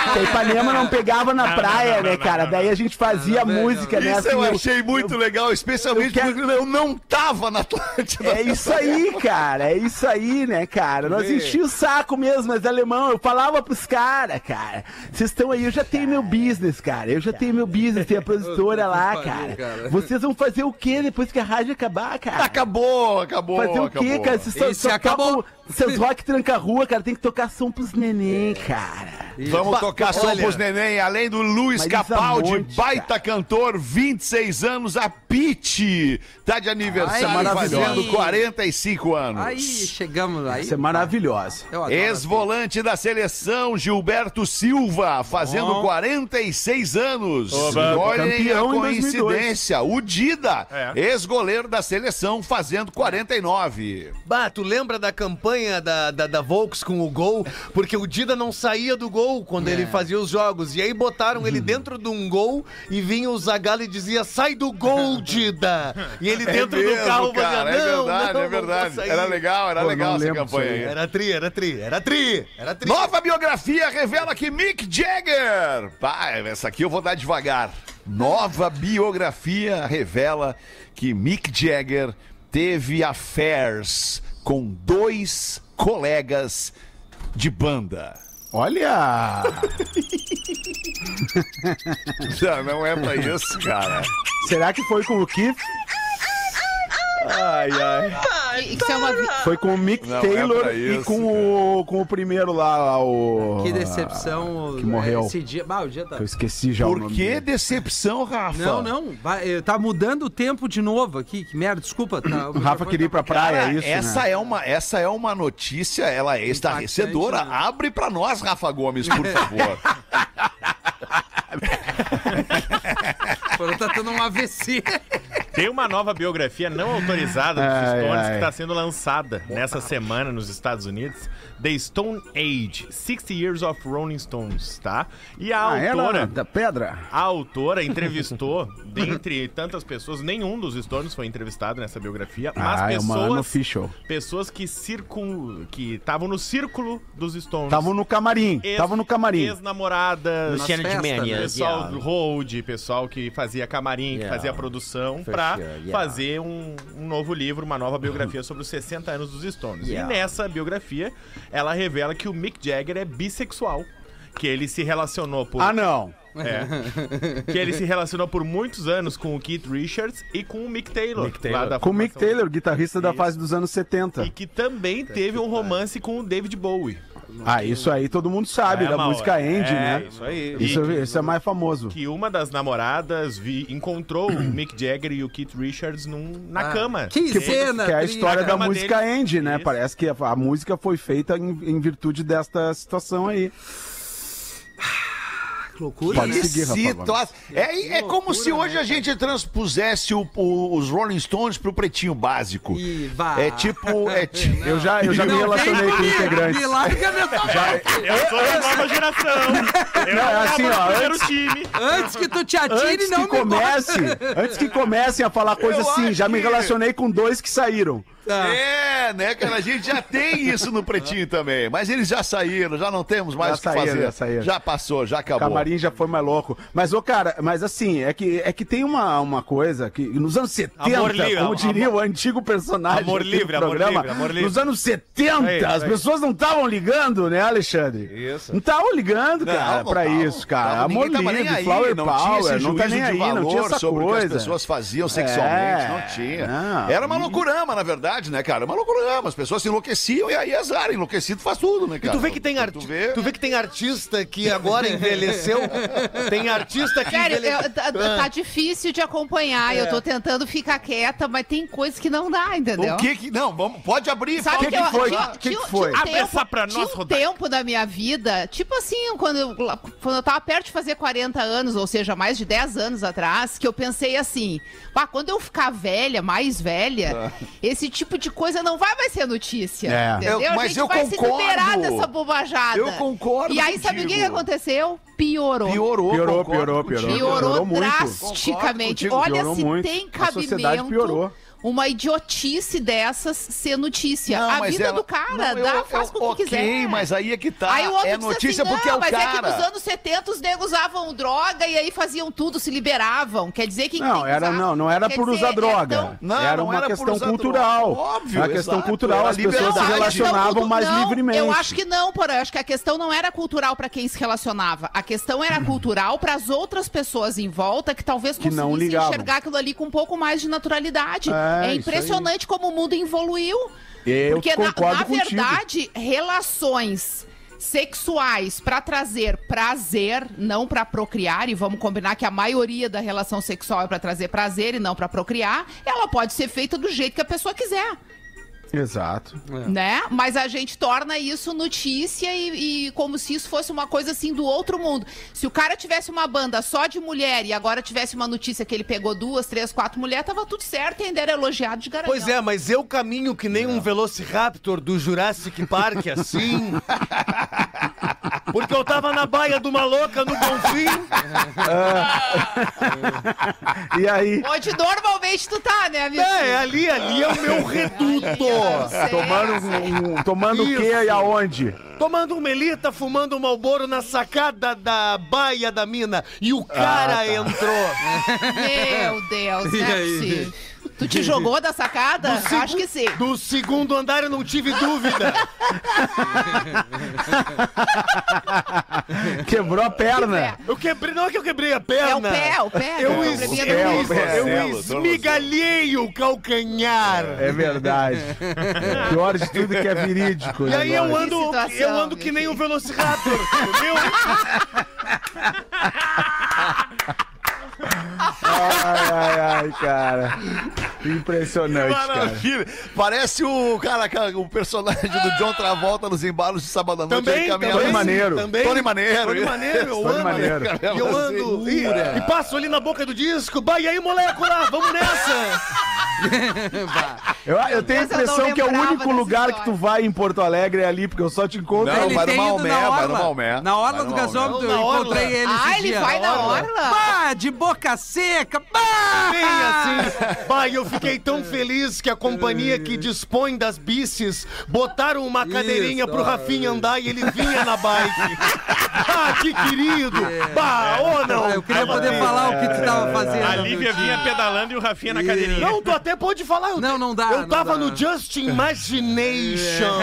[SPEAKER 6] Porque Ipanema não pegava na praia, né, cara? Daí a gente fazia música, né?
[SPEAKER 3] Isso eu
[SPEAKER 6] assim,
[SPEAKER 3] achei muito legal, especialmente
[SPEAKER 6] eu quero-
[SPEAKER 3] porque eu não tava na Atlântida.
[SPEAKER 6] É isso aí, cara. É isso aí, né, cara? Nós enchia o saco mesmo, mas alemão, eu falava pros caras, cara. Vocês estão aí, eu já tenho meu business, cara. Eu já tenho meu business, tenho a produtora lá,
[SPEAKER 1] pariu, cara.
[SPEAKER 6] cara. Vocês vão fazer o quê depois que a rádio acabar, cara?
[SPEAKER 3] Acabou, acabou.
[SPEAKER 6] Fazer o
[SPEAKER 3] acabou.
[SPEAKER 6] quê, cara? Vocês só,
[SPEAKER 1] Esse
[SPEAKER 6] só
[SPEAKER 1] acabou.
[SPEAKER 6] tocam- seus rock tranca-rua, cara. Tem que tocar som pros neném, cara.
[SPEAKER 3] Vamos
[SPEAKER 1] Ba-
[SPEAKER 3] tocar som
[SPEAKER 1] olha,
[SPEAKER 3] pros neném, além do Luiz
[SPEAKER 6] Marisa
[SPEAKER 3] Capaldi,
[SPEAKER 6] é um Monte, cara.
[SPEAKER 3] baita cantor, 26 anos, a Pete, tá de aniversário
[SPEAKER 1] Ai,
[SPEAKER 3] fazendo
[SPEAKER 1] maravilhosa.
[SPEAKER 3] 45 anos.
[SPEAKER 1] Aí chegamos aí.
[SPEAKER 6] Isso é maravilhoso.
[SPEAKER 1] Eu adoro.
[SPEAKER 3] Ex-volante da seleção, Gilberto Silva, fazendo 46 anos.
[SPEAKER 4] Oba.
[SPEAKER 3] Olhem a
[SPEAKER 6] Campeão em 2002.
[SPEAKER 3] coincidência. O Dida,
[SPEAKER 4] É.
[SPEAKER 3] ex-goleiro da seleção, fazendo 49.
[SPEAKER 11] Bah, tu lembra da campanha da, da, da Volks com o gol? Porque o Dida não saía do gol quando
[SPEAKER 3] É.
[SPEAKER 11] ele fazia os jogos. E aí botaram
[SPEAKER 3] Uhum.
[SPEAKER 11] ele dentro de um gol e vinha o Zagallo e dizia, sai do gol, Dida! E
[SPEAKER 9] É
[SPEAKER 11] ele dentro do
[SPEAKER 3] É mesmo,
[SPEAKER 11] carro
[SPEAKER 3] cara,
[SPEAKER 11] fazia,
[SPEAKER 3] é
[SPEAKER 11] não,
[SPEAKER 3] verdade,
[SPEAKER 11] não, não
[SPEAKER 3] é
[SPEAKER 11] vou
[SPEAKER 3] verdade.
[SPEAKER 11] sair."
[SPEAKER 3] Era legal, era
[SPEAKER 6] Pô,
[SPEAKER 3] legal
[SPEAKER 6] não
[SPEAKER 3] essa
[SPEAKER 6] lembro
[SPEAKER 3] campanha aí.
[SPEAKER 6] disso
[SPEAKER 11] Era tri, era tri, era tri, era tri.
[SPEAKER 3] Nova biografia revela que Mick Jagger. Pai, essa aqui eu vou dar devagar. Nova biografia revela que Mick Jagger teve affairs com dois colegas de banda.
[SPEAKER 6] Olha!
[SPEAKER 3] Já não é pra isso, cara.
[SPEAKER 6] Será que foi com o Keith?
[SPEAKER 3] Ai, ai.
[SPEAKER 5] E- Isso é uma vi-
[SPEAKER 6] Foi com o Mick
[SPEAKER 3] Não é
[SPEAKER 6] Taylor
[SPEAKER 3] pra
[SPEAKER 6] e
[SPEAKER 3] isso,
[SPEAKER 6] com o, com o primeiro lá, lá, o. ah,
[SPEAKER 1] Que decepção. é,
[SPEAKER 6] que morreu.
[SPEAKER 1] Esse dia. Bah, o dia tá.
[SPEAKER 6] Eu esqueci já o
[SPEAKER 3] Por
[SPEAKER 6] nome.
[SPEAKER 3] que
[SPEAKER 6] dele.
[SPEAKER 3] decepção, Rafa?
[SPEAKER 1] Não, não. Vai, eh, tá mudando o tempo de novo aqui. Que merda, desculpa. Tá,
[SPEAKER 6] O Rafa queria ir pra praia,
[SPEAKER 3] Cara,
[SPEAKER 6] é isso?
[SPEAKER 3] essa, é uma, essa é uma notícia, ela é estarrecedora.
[SPEAKER 1] né?
[SPEAKER 3] Abre pra nós, Rafa Gomes, por favor.
[SPEAKER 1] Porém, tá tendo um AVC.
[SPEAKER 4] Tem uma nova biografia não autorizada dos
[SPEAKER 6] Ai,
[SPEAKER 4] Stones
[SPEAKER 6] ai.
[SPEAKER 4] que está sendo lançada nessa semana nos Estados Unidos. The Stone Age, 60 Years of Rolling Stones, tá? E a
[SPEAKER 6] Ah,
[SPEAKER 4] autora...
[SPEAKER 6] era da pedra?
[SPEAKER 4] A autora entrevistou, dentre tantas pessoas, nenhum dos Stones foi entrevistado nessa biografia, mas
[SPEAKER 6] Ah, é uma
[SPEAKER 4] pessoas,
[SPEAKER 6] unofficial.
[SPEAKER 4] pessoas que circun, que estavam no círculo dos Stones.
[SPEAKER 6] Estavam no camarim,
[SPEAKER 4] Ex-
[SPEAKER 6] estavam no camarim.
[SPEAKER 4] Ex-namoradas,
[SPEAKER 1] Luciano de Manias,
[SPEAKER 4] né? pessoal do road, pessoal que fazia camarim, que
[SPEAKER 7] Yeah.
[SPEAKER 4] fazia produção,
[SPEAKER 7] For
[SPEAKER 4] pra
[SPEAKER 7] sure, yeah.
[SPEAKER 4] fazer um, um novo livro, uma nova biografia sobre os 60 anos dos Stones.
[SPEAKER 7] Yeah.
[SPEAKER 4] E nessa biografia, ela revela que o Mick Jagger é bissexual. Que ele se relacionou por
[SPEAKER 6] Ah, não.
[SPEAKER 4] é. que ele se relacionou por muitos anos com o Keith Richards e com o Mick Taylor.
[SPEAKER 7] Mick Taylor.
[SPEAKER 4] lá da
[SPEAKER 6] Com o Mick
[SPEAKER 4] formação
[SPEAKER 6] Taylor, guitarrista da
[SPEAKER 4] Isso.
[SPEAKER 6] fase dos anos 70.
[SPEAKER 4] E que também teve um romance com o David Bowie.
[SPEAKER 6] Ah, isso aí todo mundo sabe,
[SPEAKER 4] É,
[SPEAKER 6] da
[SPEAKER 4] Mauro?
[SPEAKER 6] música Andy,
[SPEAKER 4] É,
[SPEAKER 6] né?
[SPEAKER 4] Isso aí.
[SPEAKER 6] Isso,
[SPEAKER 4] E
[SPEAKER 6] isso é mais famoso.
[SPEAKER 4] que uma das namoradas vi- encontrou o Mick Jagger e o Keith Richards num- na cama.
[SPEAKER 1] Que,
[SPEAKER 4] Eles-
[SPEAKER 1] cena!
[SPEAKER 6] Que é a
[SPEAKER 1] tri-
[SPEAKER 6] história da
[SPEAKER 4] cama
[SPEAKER 6] música
[SPEAKER 4] deles.
[SPEAKER 6] Andy, né?
[SPEAKER 4] Isso.
[SPEAKER 6] Parece que a, a música foi feita em, em virtude desta situação aí.
[SPEAKER 1] Que loucura,
[SPEAKER 6] Pode
[SPEAKER 1] né?
[SPEAKER 6] seguir, rapaz.
[SPEAKER 11] Situação. É, é como se
[SPEAKER 9] né,
[SPEAKER 11] hoje a gente transpusesse o- o- os Rolling Stones pro pretinho básico.
[SPEAKER 1] E vá.
[SPEAKER 9] Ah.
[SPEAKER 11] É tipo. É tipo
[SPEAKER 9] Né?
[SPEAKER 6] Eu já, eu já me
[SPEAKER 1] Não,
[SPEAKER 6] relacionei
[SPEAKER 1] vem
[SPEAKER 6] com
[SPEAKER 1] comigo,
[SPEAKER 6] integrantes.
[SPEAKER 1] Me larga nessa já,
[SPEAKER 4] Eu sou da nova geração. Eu
[SPEAKER 6] Não, é
[SPEAKER 4] tava
[SPEAKER 6] assim,
[SPEAKER 4] no
[SPEAKER 6] ó,
[SPEAKER 4] primeiro time.
[SPEAKER 1] Antes que tu te atire,
[SPEAKER 6] Antes
[SPEAKER 1] não
[SPEAKER 6] que
[SPEAKER 1] me bota.
[SPEAKER 6] comece, antes que comecem a falar coisa
[SPEAKER 11] Eu
[SPEAKER 6] assim,
[SPEAKER 11] acho
[SPEAKER 6] já me
[SPEAKER 11] que-
[SPEAKER 6] relacionei com dois que saíram.
[SPEAKER 11] É, né, cara? A gente já tem isso no pretinho também. Mas eles já saíram, já não temos mais
[SPEAKER 6] Já
[SPEAKER 11] o que
[SPEAKER 6] saíram,
[SPEAKER 11] fazer.
[SPEAKER 6] já saíram.
[SPEAKER 11] passou, já acabou.
[SPEAKER 6] Camarim já foi mais louco. Mas, ô, cara, mas assim, é que, é que tem uma, uma coisa que nos anos 70,
[SPEAKER 4] Amor livre,
[SPEAKER 6] como
[SPEAKER 4] amor-
[SPEAKER 6] diria o antigo personagem
[SPEAKER 4] Amor
[SPEAKER 6] daquele
[SPEAKER 4] livre, amor livre, amor livre.
[SPEAKER 6] nos anos 70,
[SPEAKER 4] Aí,
[SPEAKER 6] as
[SPEAKER 4] aí.
[SPEAKER 6] pessoas não estavam ligando, né, Alexandre?
[SPEAKER 7] Isso.
[SPEAKER 6] Não estavam ligando,
[SPEAKER 11] Não,
[SPEAKER 6] cara,
[SPEAKER 11] não
[SPEAKER 6] pra
[SPEAKER 11] tavam,
[SPEAKER 6] isso, cara.
[SPEAKER 11] tavam,
[SPEAKER 6] Ah, amor
[SPEAKER 11] ninguém tava
[SPEAKER 6] livre,
[SPEAKER 11] nem aí,
[SPEAKER 6] flower
[SPEAKER 11] não tinha esse
[SPEAKER 6] power, não tá
[SPEAKER 11] juízo
[SPEAKER 6] nem
[SPEAKER 11] de
[SPEAKER 6] aí, não tinha
[SPEAKER 11] valor
[SPEAKER 6] essa
[SPEAKER 11] sobre o que
[SPEAKER 6] coisa.
[SPEAKER 11] as pessoas faziam sexualmente,
[SPEAKER 6] É,
[SPEAKER 11] não tinha.
[SPEAKER 6] não.
[SPEAKER 11] Era uma loucurama, na verdade, né, cara? Uma loucurama, as pessoas se enlouqueciam e aí azar, enlouquecido faz tudo, né, cara?
[SPEAKER 9] Tu vê que tem
[SPEAKER 11] Tu
[SPEAKER 9] artista.
[SPEAKER 11] vê...
[SPEAKER 9] Tu vê que tem artista que agora envelheceu. tem artista que
[SPEAKER 5] Sério,
[SPEAKER 9] envelheceu.
[SPEAKER 5] eu- tá,
[SPEAKER 3] Ah.
[SPEAKER 5] tá difícil de acompanhar. Eu
[SPEAKER 3] É.
[SPEAKER 5] tô tentando ficar quieta, mas tem coisa que não dá, entendeu?
[SPEAKER 11] O que que... Não, vamos... pode abrir.
[SPEAKER 5] Sabe
[SPEAKER 11] fala.
[SPEAKER 5] que,
[SPEAKER 6] que
[SPEAKER 5] eu,
[SPEAKER 6] foi?
[SPEAKER 5] tinha-
[SPEAKER 6] Que
[SPEAKER 5] tinha-
[SPEAKER 6] que foi?
[SPEAKER 5] tinha um
[SPEAKER 4] Abre
[SPEAKER 5] tempo-
[SPEAKER 4] essa pra nós,
[SPEAKER 5] Tinha um
[SPEAKER 4] Rodaica.
[SPEAKER 5] tempo da minha vida, tipo assim, quando eu, quando eu tava perto de fazer 40 anos, ou seja, mais de 10 anos atrás, que eu pensei assim, "Pá, quando eu ficar velha, mais velha, esse tipo de coisa não vai mais ser notícia,
[SPEAKER 6] É.
[SPEAKER 5] entendeu?
[SPEAKER 11] Eu- mas
[SPEAKER 5] A gente
[SPEAKER 11] eu
[SPEAKER 5] vai
[SPEAKER 11] concordo.
[SPEAKER 5] se liberar dessa bobajada.
[SPEAKER 11] Eu concordo
[SPEAKER 5] E aí, sabe o que que
[SPEAKER 11] contigo.
[SPEAKER 5] aconteceu? Piorou.
[SPEAKER 11] Piorou,
[SPEAKER 6] Piorou,
[SPEAKER 11] concordo
[SPEAKER 6] piorou,
[SPEAKER 11] contigo.
[SPEAKER 6] piorou.
[SPEAKER 5] Piorou,
[SPEAKER 6] Piorou muito.
[SPEAKER 5] drasticamente.
[SPEAKER 6] Concordo contigo,
[SPEAKER 5] Olha
[SPEAKER 6] piorou
[SPEAKER 5] se
[SPEAKER 6] muito.
[SPEAKER 5] tem
[SPEAKER 6] A sociedade
[SPEAKER 5] cabimento
[SPEAKER 6] piorou.
[SPEAKER 5] uma idiotice dessas ser notícia.
[SPEAKER 11] Não,
[SPEAKER 5] a
[SPEAKER 11] mas
[SPEAKER 5] vida
[SPEAKER 11] ela-
[SPEAKER 5] do cara,
[SPEAKER 11] Não, eu-
[SPEAKER 5] dá,
[SPEAKER 11] eu-
[SPEAKER 5] faz com o que
[SPEAKER 11] ok,
[SPEAKER 5] quiser.
[SPEAKER 11] mas aí é que tá.
[SPEAKER 5] Aí o outro
[SPEAKER 11] é
[SPEAKER 5] diz
[SPEAKER 11] notícia
[SPEAKER 5] assim,
[SPEAKER 11] porque
[SPEAKER 5] não,
[SPEAKER 11] é o
[SPEAKER 5] mas
[SPEAKER 11] cara.
[SPEAKER 5] é que nos anos 70 os negros usavam droga e aí faziam tudo, se liberavam. Quer dizer que tem
[SPEAKER 6] Não,
[SPEAKER 5] que
[SPEAKER 6] era,
[SPEAKER 5] usar.
[SPEAKER 6] não, não era
[SPEAKER 5] Quer
[SPEAKER 6] por
[SPEAKER 5] dizer,
[SPEAKER 6] usar
[SPEAKER 5] é
[SPEAKER 6] droga.
[SPEAKER 5] tão-
[SPEAKER 11] Não,
[SPEAKER 6] era
[SPEAKER 11] não
[SPEAKER 6] uma
[SPEAKER 11] era por
[SPEAKER 6] questão
[SPEAKER 11] usar droga.
[SPEAKER 6] cultural.
[SPEAKER 11] Óbvio,
[SPEAKER 6] Era questão
[SPEAKER 11] exato,
[SPEAKER 6] cultural,
[SPEAKER 11] era
[SPEAKER 6] as pessoas se
[SPEAKER 11] liberdade. é
[SPEAKER 6] relacionavam
[SPEAKER 5] Não,
[SPEAKER 6] mais
[SPEAKER 5] é não,
[SPEAKER 6] livremente.
[SPEAKER 5] Eu acho que não, porém. Eu acho que a questão não era cultural pra quem se relacionava. A questão era cultural para as outras pessoas em volta que talvez
[SPEAKER 6] Que não
[SPEAKER 5] conseguissem
[SPEAKER 6] ligavam.
[SPEAKER 5] enxergar aquilo ali com um pouco mais de naturalidade.
[SPEAKER 6] É,
[SPEAKER 5] É,
[SPEAKER 6] isso
[SPEAKER 5] impressionante como o mundo evoluiu.
[SPEAKER 6] Eu
[SPEAKER 5] porque, na-
[SPEAKER 6] concordo
[SPEAKER 5] na,
[SPEAKER 6] contigo.
[SPEAKER 5] verdade, relações sexuais pra trazer prazer, não pra procriar, e vamos combinar que a maioria da relação sexual é pra trazer prazer e não pra procriar, ela pode ser feita do jeito que a pessoa quiser
[SPEAKER 6] Exato.
[SPEAKER 5] né? Mas a gente torna isso notícia e, e como se isso fosse uma coisa assim do outro mundo. Se o cara tivesse uma banda só de mulher e agora tivesse uma notícia que ele pegou duas, três, quatro mulheres, tava tudo certo e ainda era elogiado de garanhão.
[SPEAKER 9] Pois é, mas eu caminho que nem um Velociraptor do Jurassic Park, assim. Porque eu tava na baia de uma louca no Bonfim.
[SPEAKER 6] E aí,
[SPEAKER 5] Onde normalmente tu tá, né, amigo?
[SPEAKER 9] É, ali, ali é o meu reduto.
[SPEAKER 5] Ah, Tomando
[SPEAKER 6] um- um- tomando o quê e aonde?
[SPEAKER 9] Tomando um melita, fumando um malboro na sacada da baia da mina. E
[SPEAKER 5] Ah,
[SPEAKER 9] o cara
[SPEAKER 5] tá.
[SPEAKER 9] entrou.
[SPEAKER 5] Meu Deus,
[SPEAKER 1] E
[SPEAKER 5] né?
[SPEAKER 1] aí?
[SPEAKER 5] possível. Tu te jogou da sacada? Acho que sim.
[SPEAKER 9] Do segundo andar eu não tive dúvida.
[SPEAKER 6] Quebrou a perna.
[SPEAKER 5] É.
[SPEAKER 9] Eu quebrei, não é que eu quebrei a perna.
[SPEAKER 5] É o pé, o pé.
[SPEAKER 9] Eu,
[SPEAKER 5] né?
[SPEAKER 9] es-
[SPEAKER 5] O é probleminha
[SPEAKER 9] eu
[SPEAKER 5] do-
[SPEAKER 9] es-
[SPEAKER 11] tornozelo,
[SPEAKER 9] eu esmigalhei o calcanhar.
[SPEAKER 6] É verdade. Pior de tudo que é verídico.
[SPEAKER 9] E aí eu
[SPEAKER 6] negócio.
[SPEAKER 9] ando,
[SPEAKER 5] Que situação,
[SPEAKER 9] eu ando que
[SPEAKER 5] meu
[SPEAKER 9] nem
[SPEAKER 5] filho.
[SPEAKER 9] um Velociraptor, entendeu?
[SPEAKER 6] Ai, ai, ai, cara. Impressionante, cara.
[SPEAKER 3] Maravilha. Parece o cara, cara, o personagem do John Travolta nos embalos de sábado à noite. ele caminha
[SPEAKER 6] também.
[SPEAKER 3] lá.
[SPEAKER 6] Maneiro.
[SPEAKER 9] Também.
[SPEAKER 3] Tony Maneiro.
[SPEAKER 9] Tony Maneiro, eu
[SPEAKER 6] Tony
[SPEAKER 9] amo.
[SPEAKER 6] Maneiro.
[SPEAKER 9] né, cara? E eu ando. E, e passo ali na boca do disco. Bah, e aí, molécula, vamos nessa.
[SPEAKER 6] Eu, eu tenho a
[SPEAKER 5] Mas eu não
[SPEAKER 6] impressão que é o
[SPEAKER 5] lembrava
[SPEAKER 6] único
[SPEAKER 5] dessa
[SPEAKER 6] lugar que
[SPEAKER 5] história.
[SPEAKER 6] tu vai em Porto Alegre é ali, porque eu só te encontro.
[SPEAKER 3] Não,
[SPEAKER 7] ele
[SPEAKER 3] vai no
[SPEAKER 7] tem ido
[SPEAKER 3] Maomé,
[SPEAKER 7] na
[SPEAKER 3] vai
[SPEAKER 7] orla.
[SPEAKER 3] no Maomé.
[SPEAKER 7] Na orla
[SPEAKER 3] Vai
[SPEAKER 7] do
[SPEAKER 3] no
[SPEAKER 7] gasômetro,
[SPEAKER 9] Maomé.
[SPEAKER 7] eu
[SPEAKER 9] Na orla.
[SPEAKER 7] encontrei ele
[SPEAKER 5] Ah,
[SPEAKER 7] esse
[SPEAKER 5] ele
[SPEAKER 7] dia.
[SPEAKER 5] vai na orla?
[SPEAKER 7] Bah, de boca seca.
[SPEAKER 9] Bem
[SPEAKER 7] Bah!
[SPEAKER 9] assim. Bah, e eu fiquei tão feliz que a companhia que dispõe das bices botaram uma cadeirinha pro Rafinha andar e ele vinha na bike. Ah, que querido. Bah, ô não.
[SPEAKER 7] Ah, É. eu queria poder falar o que tu tava fazendo. É,
[SPEAKER 4] A Lívia vinha pedalando e o Rafinha na
[SPEAKER 7] Ih.
[SPEAKER 4] cadeirinha.
[SPEAKER 9] Não, tu até pode falar. Eu,
[SPEAKER 7] Não, não dá,
[SPEAKER 9] Eu
[SPEAKER 7] não
[SPEAKER 9] tava
[SPEAKER 7] dá. É.
[SPEAKER 9] no Just Imagination.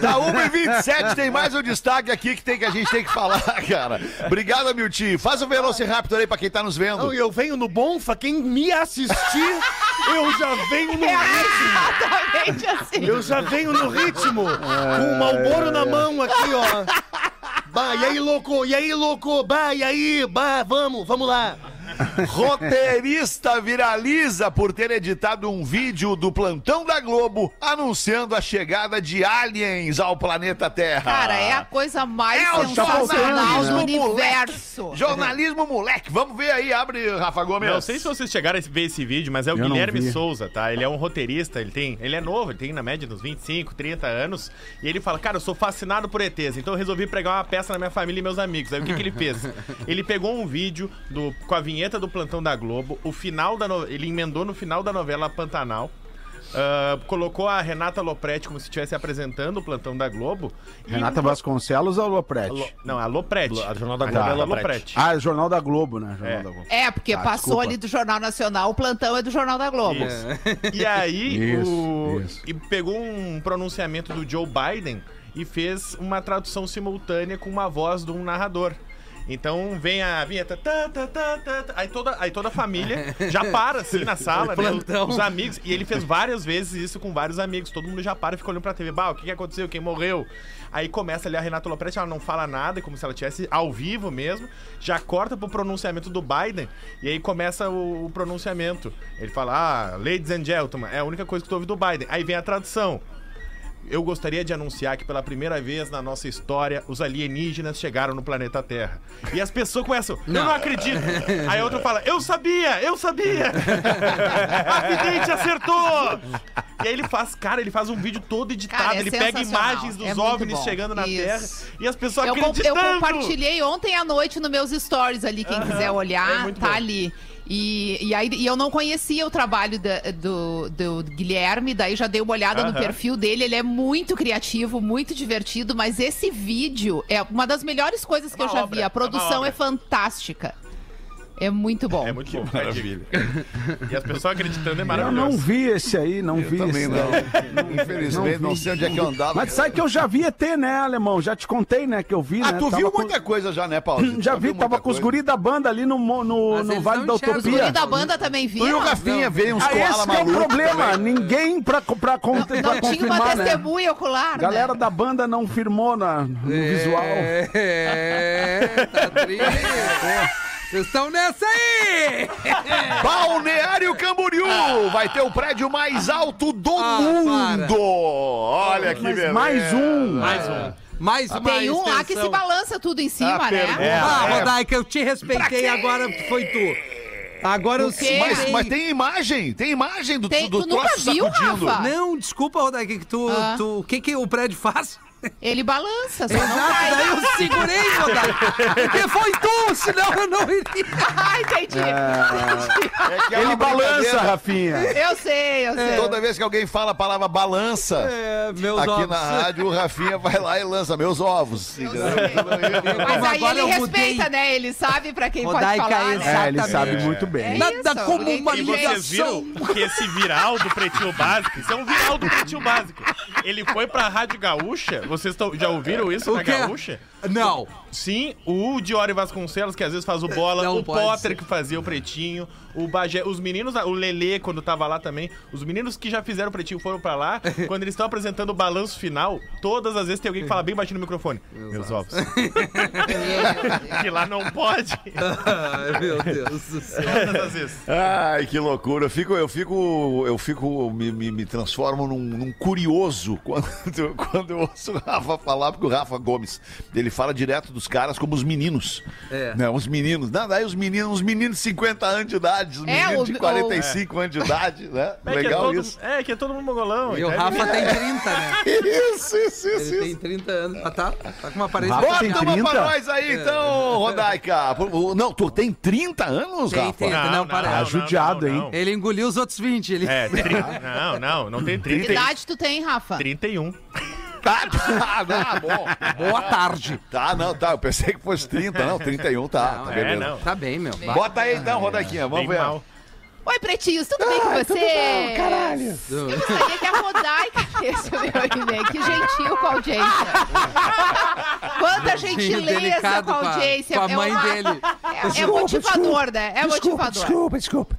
[SPEAKER 3] Da 1h27 tem mais um destaque aqui que, tem, que a gente tem que falar, cara. Obrigado, Amilti. Faz o Velociraptor aí pra quem tá nos vendo.
[SPEAKER 9] Não, e eu venho no Bonfa, quem me assistir, eu já venho
[SPEAKER 5] É
[SPEAKER 9] no ritmo.
[SPEAKER 5] Exatamente assim.
[SPEAKER 9] Eu já venho no ritmo. Com o Malboro na mão aqui, ó. Bah, e aí, louco? E aí, louco? Bah, e aí? Bah, vamos, vamos lá.
[SPEAKER 3] Roteirista viraliza por ter editado um vídeo do plantão da Globo anunciando a chegada de aliens ao planeta Terra.
[SPEAKER 5] Cara, é
[SPEAKER 4] Ah.
[SPEAKER 5] a coisa mais
[SPEAKER 3] É o
[SPEAKER 5] sensacional do
[SPEAKER 4] né?
[SPEAKER 3] jornalismo,
[SPEAKER 5] universo.
[SPEAKER 3] Jornalismo moleque, vamos ver aí, abre, Rafa Gomes.
[SPEAKER 4] Não sei se vocês chegaram a ver esse vídeo, mas é o
[SPEAKER 6] Eu não
[SPEAKER 4] Guilherme
[SPEAKER 6] vi.
[SPEAKER 4] Souza, tá? Ele é um roteirista, ele tem, ele é novo, ele tem na média uns 25, 30 anos, e ele fala: "Cara, eu sou fascinado por ETs, então eu resolvi pregar uma peça na minha família e meus amigos". Aí o que que ele fez? Ele pegou um vídeo do com a vinheta do plantão da Globo, o final da no- ele emendou no final da novela Pantanal. ah, colocou a Renata Lopretti como se estivesse apresentando o plantão da Globo. e-
[SPEAKER 6] Renata Vasconcelos ou
[SPEAKER 4] Lo-
[SPEAKER 6] Lopretti?
[SPEAKER 4] não, é a Lopretti. A
[SPEAKER 9] Jornal da
[SPEAKER 4] a
[SPEAKER 9] Globo.
[SPEAKER 4] novela
[SPEAKER 9] Tá,
[SPEAKER 4] Lopretti.
[SPEAKER 6] Ah, é Jornal da Globo, né? Jornal
[SPEAKER 4] É.
[SPEAKER 6] da Globo.
[SPEAKER 5] É, porque
[SPEAKER 6] Ah,
[SPEAKER 5] passou
[SPEAKER 6] desculpa.
[SPEAKER 5] ali do Jornal Nacional, o plantão é do Jornal da Globo.
[SPEAKER 4] Isso. E aí,
[SPEAKER 6] Isso,
[SPEAKER 4] o-
[SPEAKER 6] isso.
[SPEAKER 4] E pegou um pronunciamento do Joe Biden e fez uma tradução simultânea com uma voz de um narrador. Então vem a vinheta. tá, tá, tá, tá, tá, aí, toda, aí toda a família já para assim na sala, né?
[SPEAKER 7] Plantão.
[SPEAKER 4] Os amigos. E ele fez várias vezes isso com vários amigos. Todo mundo já para e fica olhando pra TV. Bah, o que, que aconteceu? Quem morreu? Aí começa ali a Renata Lopretti, ela não fala nada, como se ela tivesse ao vivo mesmo. Já corta pro pronunciamento do Biden. E aí começa o, o pronunciamento. Ele fala: Ah, ladies and gentlemen, é a única coisa que tu ouve do Biden. Aí vem a tradução. Eu gostaria de anunciar que pela primeira vez na nossa história, os alienígenas chegaram no planeta Terra. E as pessoas começam, eu não acredito. Aí outro fala, eu sabia, eu sabia. A vidente acertou. E aí ele faz, cara, ele faz um vídeo todo editado.
[SPEAKER 5] Cara, é
[SPEAKER 4] ele pega
[SPEAKER 5] sensacional.
[SPEAKER 4] imagens dos
[SPEAKER 5] É muito
[SPEAKER 4] OVNIs
[SPEAKER 5] bom.
[SPEAKER 4] chegando na
[SPEAKER 5] Isso.
[SPEAKER 4] Terra e as pessoas
[SPEAKER 5] Eu, com- eu
[SPEAKER 4] acreditando.
[SPEAKER 5] compartilhei ontem à noite nos meus stories ali, quem quiser
[SPEAKER 4] é
[SPEAKER 5] olhar,
[SPEAKER 4] muito
[SPEAKER 5] tá
[SPEAKER 4] bom.
[SPEAKER 5] ali. E, e aí, e eu não conhecia o trabalho da- do, do Guilherme, daí já dei uma olhada no perfil dele. Ele é muito criativo, muito divertido, mas esse vídeo é uma das melhores coisas que
[SPEAKER 4] É
[SPEAKER 5] eu
[SPEAKER 4] uma
[SPEAKER 5] já
[SPEAKER 4] obra,
[SPEAKER 5] vi.
[SPEAKER 4] é uma
[SPEAKER 5] A produção
[SPEAKER 4] obra.
[SPEAKER 5] é fantástica. É muito bom.
[SPEAKER 4] É muito bom, maravilha. E as pessoas acreditando é
[SPEAKER 6] Eu não
[SPEAKER 4] maravilhoso.
[SPEAKER 6] vi esse aí, não vi
[SPEAKER 3] Também
[SPEAKER 6] esse.
[SPEAKER 3] não. Infelizmente, não, sei onde é que eu andava.
[SPEAKER 6] Mas sabe que eu já vi ET, né, alemão? Já te contei, né, que eu vi,
[SPEAKER 3] Ah,
[SPEAKER 6] né?
[SPEAKER 3] tu
[SPEAKER 6] Tava
[SPEAKER 3] viu
[SPEAKER 6] com-
[SPEAKER 3] muita coisa já, né, Paulo?
[SPEAKER 6] Já vi, tava com os guri da banda ali no, mo- no,
[SPEAKER 7] Mas
[SPEAKER 6] no
[SPEAKER 7] eles
[SPEAKER 6] Vale
[SPEAKER 7] não
[SPEAKER 6] da
[SPEAKER 7] enxergam.
[SPEAKER 5] O
[SPEAKER 6] Utopia.
[SPEAKER 5] guri da banda também viu.
[SPEAKER 3] Tu e o Rafinha
[SPEAKER 7] Não.
[SPEAKER 3] veio uns
[SPEAKER 6] Ah,
[SPEAKER 3] koala
[SPEAKER 6] esse que é o
[SPEAKER 3] maluco
[SPEAKER 6] problema.
[SPEAKER 3] também.
[SPEAKER 6] Ninguém pra, co- pra, con- pra
[SPEAKER 5] Não tinha uma
[SPEAKER 6] confirmar, né?
[SPEAKER 5] testemunha ocular.
[SPEAKER 6] Galera
[SPEAKER 5] né?
[SPEAKER 6] da banda não firmou na, no visual.
[SPEAKER 7] É, tá triste. Vocês estão nessa aí!
[SPEAKER 3] Balneário Camboriú vai ter o prédio mais alto do
[SPEAKER 7] Ah,
[SPEAKER 6] Uh,
[SPEAKER 3] mundo.
[SPEAKER 7] para.
[SPEAKER 3] Olha que beleza.
[SPEAKER 6] Mais um.
[SPEAKER 5] É.
[SPEAKER 4] Mais um.
[SPEAKER 7] Mais uma
[SPEAKER 5] Tem um lá que se
[SPEAKER 7] extensão.
[SPEAKER 5] balança tudo em cima, né?
[SPEAKER 7] Ah, Rodaica, eu te respeitei, agora foi tu. Agora eu
[SPEAKER 5] quê?
[SPEAKER 7] sei.
[SPEAKER 3] Mas, mas tem imagem, tem imagem
[SPEAKER 9] É.
[SPEAKER 3] do,
[SPEAKER 5] Tem-
[SPEAKER 3] do
[SPEAKER 5] tu nunca
[SPEAKER 9] tá
[SPEAKER 3] troço tá
[SPEAKER 5] viu,
[SPEAKER 3] sacudindo.
[SPEAKER 5] Rafa?
[SPEAKER 7] Não, desculpa, Rodaica, que tu,
[SPEAKER 5] Ah.
[SPEAKER 7] tu- O que, que o prédio faz?
[SPEAKER 5] Ele balança, só não
[SPEAKER 7] Exato,
[SPEAKER 5] cai.
[SPEAKER 7] daí eu segurei, Rodaica. Porque foi tu, senão eu não iria.
[SPEAKER 5] Ah, entendi.
[SPEAKER 3] É que é
[SPEAKER 6] Ele
[SPEAKER 3] uma
[SPEAKER 6] balança,
[SPEAKER 3] brincadeira.
[SPEAKER 6] Rafinha.
[SPEAKER 5] Eu sei, eu sei.
[SPEAKER 3] Toda vez que alguém fala a palavra balança,
[SPEAKER 7] É, meus
[SPEAKER 3] aqui
[SPEAKER 7] ovos.
[SPEAKER 3] na rádio o Rafinha vai lá e lança meus ovos.
[SPEAKER 5] Mas aí
[SPEAKER 7] Agora
[SPEAKER 5] ele
[SPEAKER 7] eu mudei.
[SPEAKER 5] respeita, né? Ele sabe pra quem
[SPEAKER 7] Rodaica
[SPEAKER 5] pode falar, né?
[SPEAKER 7] exata.
[SPEAKER 6] É, ele sabe
[SPEAKER 7] É.
[SPEAKER 6] muito bem.
[SPEAKER 5] É
[SPEAKER 7] Nada
[SPEAKER 5] isso,
[SPEAKER 7] como
[SPEAKER 5] ninguém
[SPEAKER 7] uma
[SPEAKER 4] E
[SPEAKER 5] tem
[SPEAKER 7] ligação.
[SPEAKER 4] vocês
[SPEAKER 5] jeito.
[SPEAKER 7] um-
[SPEAKER 4] viram que esse viral do Pretinho Básico, isso é um viral do Pretinho Básico. Ele foi pra Rádio Gaúcha, vocês tão- já ouviram isso
[SPEAKER 7] O
[SPEAKER 4] na
[SPEAKER 7] quê?
[SPEAKER 4] Gaúcha?
[SPEAKER 7] Não.
[SPEAKER 4] Sim, o Diori Vasconcelos, que às vezes faz o bola,
[SPEAKER 1] Não
[SPEAKER 4] o
[SPEAKER 1] pode
[SPEAKER 4] Potter,
[SPEAKER 1] ser.
[SPEAKER 4] que fazia o pretinho, o Bagé, os meninos, o Lelê, quando tava lá também, os meninos que já fizeram o pretinho foram pra lá. quando eles estão apresentando o balanço final, todas as vezes tem alguém que fala bem baixinho no microfone. Meus ovos. que lá não pode.
[SPEAKER 1] Ai, meu Deus do céu.
[SPEAKER 4] Todas as vezes.
[SPEAKER 3] Ai, que loucura. Eu fico, eu fico, eu fico, me, me, me transformo num, num curioso quando, quando eu ouço o Rafa falar, porque o Rafa Gomes, ele fala direto dos caras como os meninos.
[SPEAKER 1] É.
[SPEAKER 3] Né, os meninos. Não, daí os meninos, os meninos de 50 anos de idade, os meninos
[SPEAKER 5] o-
[SPEAKER 3] de
[SPEAKER 5] o-
[SPEAKER 3] 45 anos de idade, né?
[SPEAKER 4] É que, é
[SPEAKER 3] Legal
[SPEAKER 4] todo,
[SPEAKER 3] isso.
[SPEAKER 4] é que é todo mundo mongolão. é
[SPEAKER 1] E o
[SPEAKER 4] entende?
[SPEAKER 1] Rafa tem 30, né?
[SPEAKER 3] Isso, isso, isso,
[SPEAKER 1] Ele
[SPEAKER 3] isso.
[SPEAKER 1] tem 30 anos. Ah, tá? Tá com uma aparência
[SPEAKER 6] Rafa
[SPEAKER 3] Bota
[SPEAKER 6] tem
[SPEAKER 1] bem-
[SPEAKER 3] uma
[SPEAKER 6] 30?
[SPEAKER 3] pra nós aí, então, Rodaica. Pô, Não, tu tem 30 anos,
[SPEAKER 1] Tem,
[SPEAKER 3] Rafa?
[SPEAKER 1] tem. Não, né? para.
[SPEAKER 6] Tá judiado, hein?
[SPEAKER 1] Ele engoliu os outros 20. Ele...
[SPEAKER 4] É, tri- não, não, não tem
[SPEAKER 5] Que
[SPEAKER 4] 30.
[SPEAKER 5] idade tu tem, Rafa?
[SPEAKER 4] 31.
[SPEAKER 3] Tá, tá, tá bom.
[SPEAKER 1] Boa tarde.
[SPEAKER 3] Tá, não, tá. Eu pensei que fosse 30, não. 31, tá. tá
[SPEAKER 4] É,
[SPEAKER 3] beleza.
[SPEAKER 4] não.
[SPEAKER 1] Tá bem, meu. Vai.
[SPEAKER 3] Bota aí então, Rodaquinha. Vamos
[SPEAKER 4] Bem
[SPEAKER 3] ver.
[SPEAKER 4] mal.
[SPEAKER 5] Oi, pretinhos, tudo bem com você? Caralho. Eu gostaria que a Rodaica fizesse o meu e-mail. Que gentil com a audiência. Quanta gentileza
[SPEAKER 1] delicado
[SPEAKER 5] com a audiência.
[SPEAKER 1] Com a, mãe
[SPEAKER 5] é uma-
[SPEAKER 1] dele.
[SPEAKER 5] É, é motivador, né? É motivador. Desculpa, desculpa.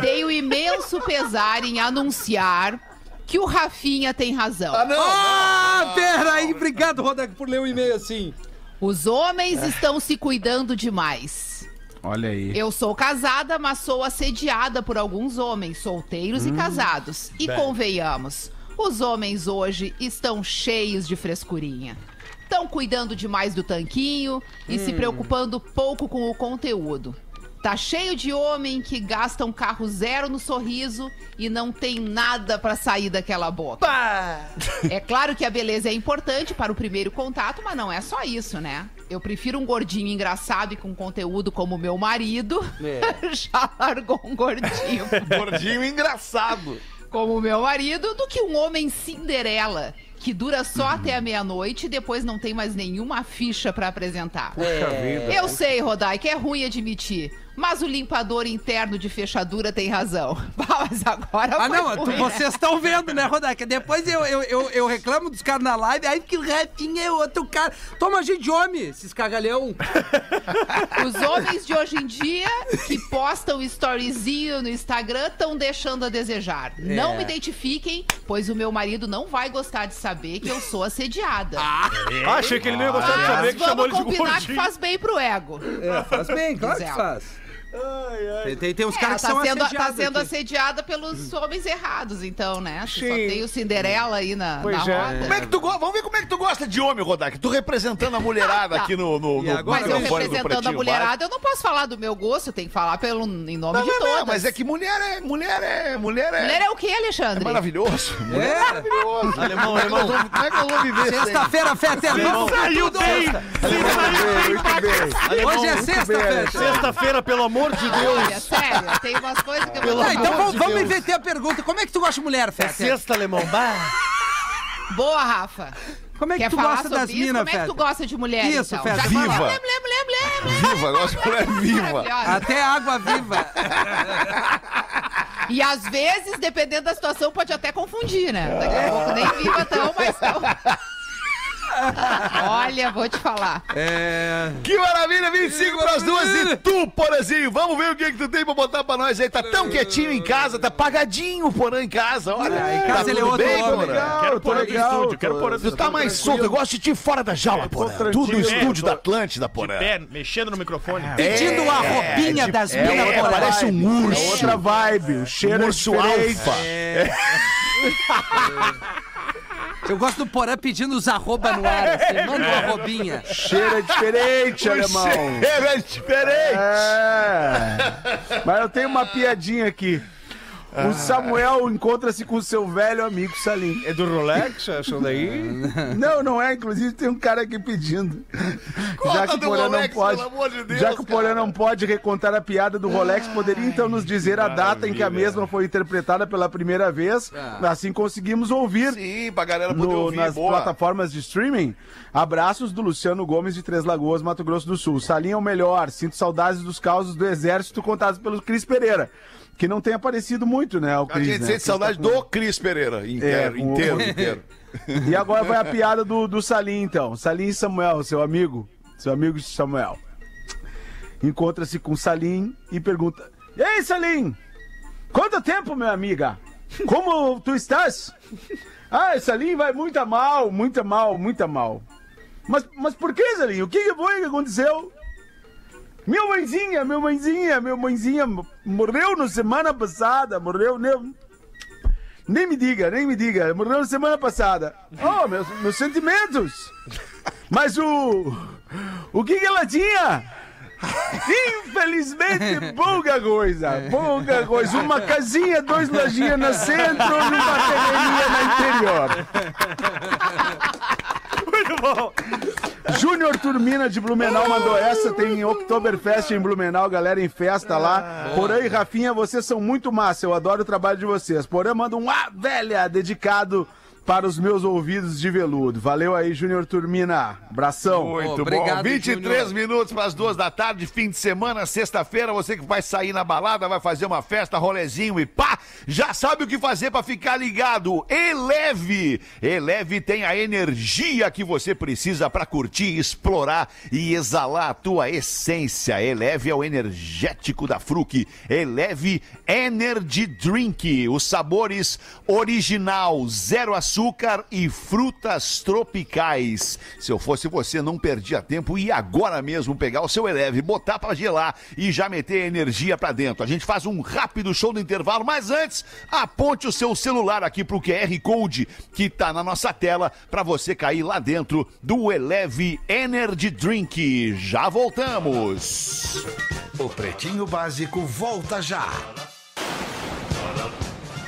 [SPEAKER 5] Tenho imenso pesar em anunciar que o Rafinha tem razão.
[SPEAKER 1] Ah, pera aí. Obrigado, Rodak, por ler o e-mail assim.
[SPEAKER 5] Os homens estão se cuidando demais.
[SPEAKER 6] Olha aí.
[SPEAKER 5] Eu sou casada, mas sou assediada por alguns homens, solteiros e casados. E convenhamos, os homens hoje estão cheios de frescurinha. Estão cuidando demais do tanquinho e se preocupando pouco com o conteúdo. Tá cheio de homem que gasta um carro zero no sorriso e não tem nada pra sair daquela boca. É claro que a beleza é importante para o primeiro contato, mas não é só isso, né? Eu prefiro um gordinho engraçado e com conteúdo como meu marido. Já largou um gordinho
[SPEAKER 3] Gordinho engraçado.
[SPEAKER 5] como meu marido do que um homem Cinderela. Que dura só até a meia-noite e depois não tem mais nenhuma ficha pra apresentar.
[SPEAKER 7] É.
[SPEAKER 5] Eu sei, Rodai, que é ruim admitir. Mas o limpador interno de fechadura tem razão. Bah, Mas agora
[SPEAKER 7] Ah,
[SPEAKER 5] foi
[SPEAKER 7] não, tu-
[SPEAKER 5] ruim, né?
[SPEAKER 7] vocês estão vendo, né, Rodaica? Depois eu, eu, eu, eu reclamo dos caras na live, aí que o Rafinha é outro cara. Toma, gente, homem, esses cagalhão.
[SPEAKER 5] Os homens de hoje em dia que postam storyzinho no Instagram estão deixando a desejar.
[SPEAKER 9] É.
[SPEAKER 5] Não me identifiquem, pois o meu marido não vai gostar de saber que eu sou assediada.
[SPEAKER 9] Achei que ele não ia gostar de Ah, saber
[SPEAKER 5] Mas
[SPEAKER 9] que chamou
[SPEAKER 5] vamos
[SPEAKER 9] ele de
[SPEAKER 5] combinar que
[SPEAKER 9] gordinho.
[SPEAKER 5] faz bem pro ego.
[SPEAKER 1] É, faz bem, claro que
[SPEAKER 5] Zero.
[SPEAKER 1] faz. Tem, tem, tem uns
[SPEAKER 5] É,
[SPEAKER 1] caras que
[SPEAKER 5] ela
[SPEAKER 1] são
[SPEAKER 5] tá sendo, tá
[SPEAKER 1] assediados
[SPEAKER 5] sendo
[SPEAKER 1] aqui.
[SPEAKER 5] assediada pelos homens errados, então, né? Você Só
[SPEAKER 9] Sim.
[SPEAKER 5] tem o Cinderela aí na, na
[SPEAKER 9] Pois é.
[SPEAKER 5] roda.
[SPEAKER 3] Como é que tu go- Vamos ver como é que tu gosta de homem, Rodak. Tu representando a mulherada aqui no, no,
[SPEAKER 1] E
[SPEAKER 3] no
[SPEAKER 1] agora?
[SPEAKER 5] Mas eu
[SPEAKER 3] microfone do
[SPEAKER 5] representando a
[SPEAKER 3] Pretinho
[SPEAKER 5] mulherada, eu não posso falar do meu gosto, eu tenho que falar pelo, em nome
[SPEAKER 3] Básico. Não,
[SPEAKER 5] de
[SPEAKER 3] não,
[SPEAKER 5] todas.
[SPEAKER 3] não, mas é que mulher é. Mulher é. Mulher é.
[SPEAKER 5] Mulher é o que,
[SPEAKER 3] é
[SPEAKER 5] Alexandre?
[SPEAKER 3] maravilhoso.
[SPEAKER 5] assim.
[SPEAKER 3] Mulher é
[SPEAKER 1] É,
[SPEAKER 3] maravilhoso. Alemão, alemão. Como é que eu vou viver sem?
[SPEAKER 7] Sexta-feira, fé eterna.
[SPEAKER 4] Saiu bem!
[SPEAKER 7] Hoje é sexta-feira.
[SPEAKER 9] Sexta-feira, pelo amor de Deus.
[SPEAKER 5] Olha, sério, tem umas coisas que eu vou
[SPEAKER 9] Pelo
[SPEAKER 7] Ah, então
[SPEAKER 9] amor
[SPEAKER 7] vamos,
[SPEAKER 9] de
[SPEAKER 7] vamos
[SPEAKER 9] Deus.
[SPEAKER 7] inverter a pergunta. Como é que tu gosta de mulher,
[SPEAKER 9] É
[SPEAKER 7] Fé?
[SPEAKER 9] sexta, alemão. Bah.
[SPEAKER 5] Boa, Rafa.
[SPEAKER 7] Como é que
[SPEAKER 5] Quer
[SPEAKER 7] tu
[SPEAKER 5] falar
[SPEAKER 7] gosta
[SPEAKER 5] sobre
[SPEAKER 7] das
[SPEAKER 5] isso?
[SPEAKER 7] minas,
[SPEAKER 5] Como é que
[SPEAKER 7] Fé?
[SPEAKER 5] tu gosta de mulher,
[SPEAKER 7] Isso,
[SPEAKER 5] então?
[SPEAKER 7] Fé.
[SPEAKER 5] Já
[SPEAKER 3] Viva.
[SPEAKER 5] falou, Mulher, mulher, mulher, mulher, mulher.
[SPEAKER 3] Viva, eu gosto de mulher viva.
[SPEAKER 5] Maravilhosa.
[SPEAKER 7] Até água viva.
[SPEAKER 5] E às vezes, dependendo da situação, pode até confundir, né? Daqui a pouco nem viva tão, mas tão. Olha, vou te falar.
[SPEAKER 1] é.
[SPEAKER 3] Que maravilha, 25 pras duas e tu, Porazinho. Vamos ver o que, que tu tem pra botar pra nós aí. Tá tão quietinho em casa, tá pagadinho o Porã em casa. Olha,
[SPEAKER 7] em casa
[SPEAKER 3] tá
[SPEAKER 7] ele é
[SPEAKER 3] tudo
[SPEAKER 7] outro
[SPEAKER 3] bem,
[SPEAKER 7] homem.
[SPEAKER 5] Tá
[SPEAKER 3] Porã?
[SPEAKER 4] Quero pôr no estúdio, quero pôr no
[SPEAKER 3] Tu tá mais solto, eu gosto de ti fora da jaula, Porã. Tu no
[SPEAKER 9] É.
[SPEAKER 4] tranquilo.
[SPEAKER 3] estúdio da Atlântida, Porã.
[SPEAKER 4] Pé, mexendo no microfone.
[SPEAKER 7] Pedindo a roupinha das
[SPEAKER 3] É,
[SPEAKER 7] minas,
[SPEAKER 3] é,
[SPEAKER 7] Porã.
[SPEAKER 3] parece um urso.
[SPEAKER 6] É outra vibe. O cheiro
[SPEAKER 3] um
[SPEAKER 6] é
[SPEAKER 3] urso
[SPEAKER 6] diferente.
[SPEAKER 3] alfa.
[SPEAKER 7] Eu gosto do Porã pedindo os arroba no ar, assim. Manda uma arrobinha.
[SPEAKER 6] Cheiro é diferente, alemão.
[SPEAKER 3] Cheiro é diferente.
[SPEAKER 6] É. Mas eu tenho uma piadinha aqui.
[SPEAKER 3] Ah.
[SPEAKER 6] O Samuel encontra-se com seu velho amigo Salim.
[SPEAKER 9] É do Rolex, achou daí?
[SPEAKER 6] Não, não é. Inclusive tem um cara aqui pedindo. já que o
[SPEAKER 3] do
[SPEAKER 6] Porã não
[SPEAKER 3] Rolex,
[SPEAKER 6] pode,
[SPEAKER 3] pelo amor de Deus,
[SPEAKER 6] já que o Porã não pode recontar a piada do Rolex, poderia então nos dizer a data em que a
[SPEAKER 9] maravilha.
[SPEAKER 6] mesma foi interpretada pela primeira vez?
[SPEAKER 3] Ah.
[SPEAKER 6] Assim conseguimos ouvir.
[SPEAKER 3] Sim, pra galera poder
[SPEAKER 6] no-
[SPEAKER 3] ouvir,
[SPEAKER 6] nas
[SPEAKER 3] boa.
[SPEAKER 6] plataformas de streaming. Abraços do Luciano Gomes de Três Lagoas, Mato Grosso do Sul. Salinha é o melhor. Sinto saudades dos causos do exército contados pelo Cris Pereira. Que não tem aparecido muito, né? O
[SPEAKER 3] A
[SPEAKER 6] Cris,
[SPEAKER 3] gente
[SPEAKER 6] né?
[SPEAKER 3] sente saudade do Cris Pereira, inteiro,
[SPEAKER 6] É, o-
[SPEAKER 3] inteiro, inteiro.
[SPEAKER 6] E agora vai a piada do, do Salim, então. Salim e Samuel, seu amigo. seu amigo Samuel. Encontra-se com Salim e pergunta: Ei, Salim! Quanto tempo, minha amiga? Como tu estás? Ah, Salim vai muito a mal, muito a mal, muito a mal. Mas, mas por que, Salim? O que que foi que aconteceu? Minha mãezinha, minha mãezinha, minha mãezinha mo- morreu na semana passada, morreu, né? nem, nem me diga, nem me diga, morreu na semana passada. Oh, meus, meus sentimentos! Mas o. O que, que ela tinha? Infelizmente, pouca coisa, pouca coisa. Uma casinha, dois lojinhas no centro, numa terreninha no interior. Júnior Turmina de Blumenau mandou essa, tem Oktoberfest em Blumenau, galera em festa lá. Porã e Rafinha, vocês são muito massa, eu adoro o trabalho de vocês. Porã manda um Ah, velha dedicado para os meus ouvidos de veludo. Valeu aí, Júnior Turmina. Abração.
[SPEAKER 3] Muito
[SPEAKER 7] Obrigado,
[SPEAKER 3] bom. 23
[SPEAKER 7] Júnior.
[SPEAKER 3] minutos para as duas da tarde, fim de semana, sexta-feira. Você que vai sair na balada, vai fazer uma festa, rolezinho e pá, já sabe o que fazer para ficar ligado. Eleve! Eleve tem a energia que você precisa para curtir, explorar e exalar a tua essência. Eleve é o energético da Fruc. Eleve Energy Drink. Os sabores original, zero açúcar e frutas tropicais. Se eu fosse você, não perdia tempo e agora mesmo pegar o seu Eleve, botar pra gelar e já meter energia pra dentro. A gente faz um rápido show no intervalo, mas antes, aponte o seu celular aqui pro QR Code que tá na nossa tela pra você cair lá dentro do Eleve Energy Drink. Já voltamos.
[SPEAKER 12] O Pretinho Básico volta já.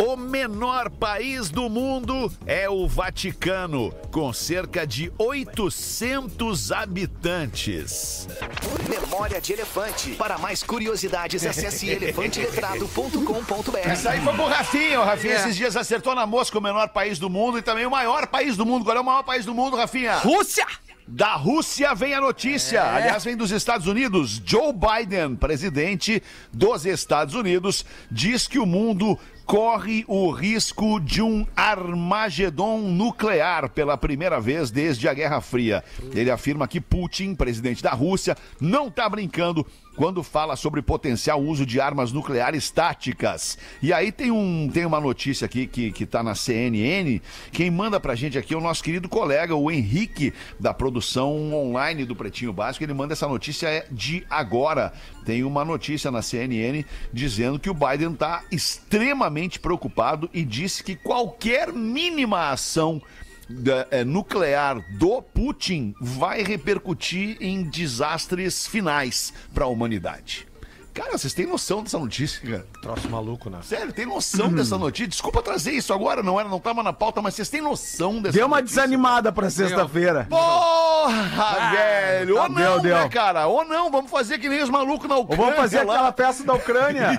[SPEAKER 3] O menor país do mundo é o Vaticano, com cerca de 800 habitantes.
[SPEAKER 13] Memória de Elefante. Para mais curiosidades, acesse elefanteletrado.com.br.
[SPEAKER 3] Isso aí foi pro Rafinha. O Rafinha esses dias acertou na mosca o menor país do mundo e também o maior país do mundo. Qual é o maior país do mundo, Rafinha?
[SPEAKER 7] Rússia!
[SPEAKER 3] Da Rússia vem a notícia. Aliás, vem dos Estados Unidos. Joe Biden, presidente dos Estados Unidos, diz que o mundo corre o risco de um armagedon nuclear pela primeira vez desde a Guerra Fria. Ele afirma que Putin, presidente da Rússia, não está brincando quando fala sobre potencial uso de armas nucleares táticas. E aí tem, um, tem uma notícia aqui que, que tá na CNN. Quem manda pra gente aqui é o nosso querido colega, o Henrique, da produção online do Pretinho Básico. Ele manda essa notícia é de agora. Tem uma notícia na CNN dizendo que o Biden tá extremamente preocupado e disse que qualquer mínima ação da- é, nuclear do Putin vai repercutir em desastres finais para a humanidade. Cara, vocês têm noção dessa notícia, cara?
[SPEAKER 14] Troço maluco, né?
[SPEAKER 3] Sério, tem
[SPEAKER 6] Uhum.
[SPEAKER 3] noção dessa notícia? Desculpa trazer isso agora, não era, não tava na pauta, mas vocês têm noção dessa
[SPEAKER 6] Deu uma
[SPEAKER 3] notícia?
[SPEAKER 6] desanimada pra sexta-feira.
[SPEAKER 3] Porra, velho! Ou
[SPEAKER 6] tá,
[SPEAKER 3] não,
[SPEAKER 6] deu,
[SPEAKER 3] né,
[SPEAKER 6] deu.
[SPEAKER 3] cara? Ou não, vamos fazer que nem os malucos na
[SPEAKER 6] Ou
[SPEAKER 3] Ucrânia.
[SPEAKER 6] vamos fazer
[SPEAKER 3] lá.
[SPEAKER 6] aquela peça da Ucrânia?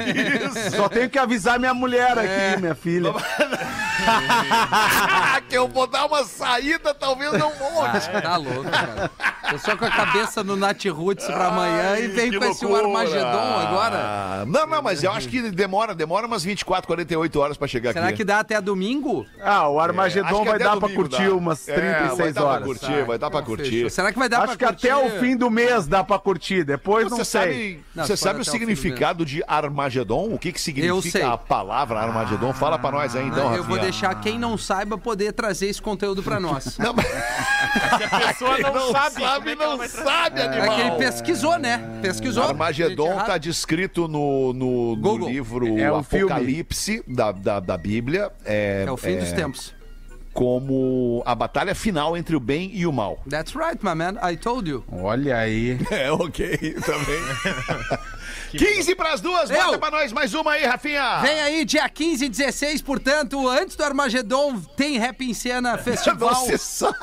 [SPEAKER 6] Só tenho que avisar minha mulher aqui,
[SPEAKER 3] É.
[SPEAKER 6] minha filha.
[SPEAKER 3] Ah, que eu vou dar uma saída, talvez não volte.
[SPEAKER 7] Ah, tá louco, cara. Tô só com a cabeça no Nat Roots pra amanhã e vem
[SPEAKER 3] que
[SPEAKER 7] com esse
[SPEAKER 3] loucura.
[SPEAKER 7] Armagedon agora.
[SPEAKER 3] Não, não, mas eu acho que demora, demora umas 24, 48 horas pra chegar
[SPEAKER 7] Será
[SPEAKER 3] aqui.
[SPEAKER 7] que dá até domingo?
[SPEAKER 6] Ah, o
[SPEAKER 3] É, acho
[SPEAKER 6] Armagedon
[SPEAKER 3] que
[SPEAKER 6] vai
[SPEAKER 3] até
[SPEAKER 6] dar pra
[SPEAKER 3] domingo
[SPEAKER 6] curtir
[SPEAKER 3] dá.
[SPEAKER 6] umas
[SPEAKER 3] É,
[SPEAKER 6] 36
[SPEAKER 3] vai dar pra
[SPEAKER 6] horas.
[SPEAKER 3] curtir. vai dar pra
[SPEAKER 7] Então,
[SPEAKER 3] curtir.
[SPEAKER 7] fechou. Será que vai dar
[SPEAKER 6] Acho que
[SPEAKER 7] pra curtir?
[SPEAKER 6] até o fim do mês dá pra curtir, depois
[SPEAKER 3] Você
[SPEAKER 6] não sei.
[SPEAKER 3] sabe,
[SPEAKER 7] Não,
[SPEAKER 3] você
[SPEAKER 7] se for
[SPEAKER 3] sabe o
[SPEAKER 7] até o fim do
[SPEAKER 3] significado de Armagedon? O que, que
[SPEAKER 7] Eu sei. Ah,
[SPEAKER 3] significa a palavra Armagedon? Fala pra nós aí então,
[SPEAKER 7] eu
[SPEAKER 3] Rafinha.
[SPEAKER 7] vou deixar quem não saiba poder trazer esse conteúdo pra nós.
[SPEAKER 3] Não, mas
[SPEAKER 4] A pessoa não,
[SPEAKER 3] não
[SPEAKER 4] sabe,
[SPEAKER 3] sabe,
[SPEAKER 4] como é que ela
[SPEAKER 3] não
[SPEAKER 4] vai trazer?
[SPEAKER 3] sabe,
[SPEAKER 7] É que ele
[SPEAKER 3] animal.
[SPEAKER 7] pesquisou, né? Pesquisou.
[SPEAKER 3] Armagedon
[SPEAKER 7] Gente,
[SPEAKER 3] tá descrito no, no, no
[SPEAKER 7] Google.
[SPEAKER 3] livro
[SPEAKER 6] É um filme.
[SPEAKER 3] Apocalipse da, da, da Bíblia. É,
[SPEAKER 7] É o fim dos tempos.
[SPEAKER 3] Como a batalha final entre o bem e o mal.
[SPEAKER 7] That's right, my man. I told you.
[SPEAKER 6] Olha aí.
[SPEAKER 3] É, ok, também. 15 pras duas, bota
[SPEAKER 7] Eu.
[SPEAKER 3] pra nós mais uma aí, Rafinha.
[SPEAKER 7] Vem aí, dia 15 e 16, portanto, antes do Armagedon, tem Rap em Cena Festival.
[SPEAKER 3] Você sabe.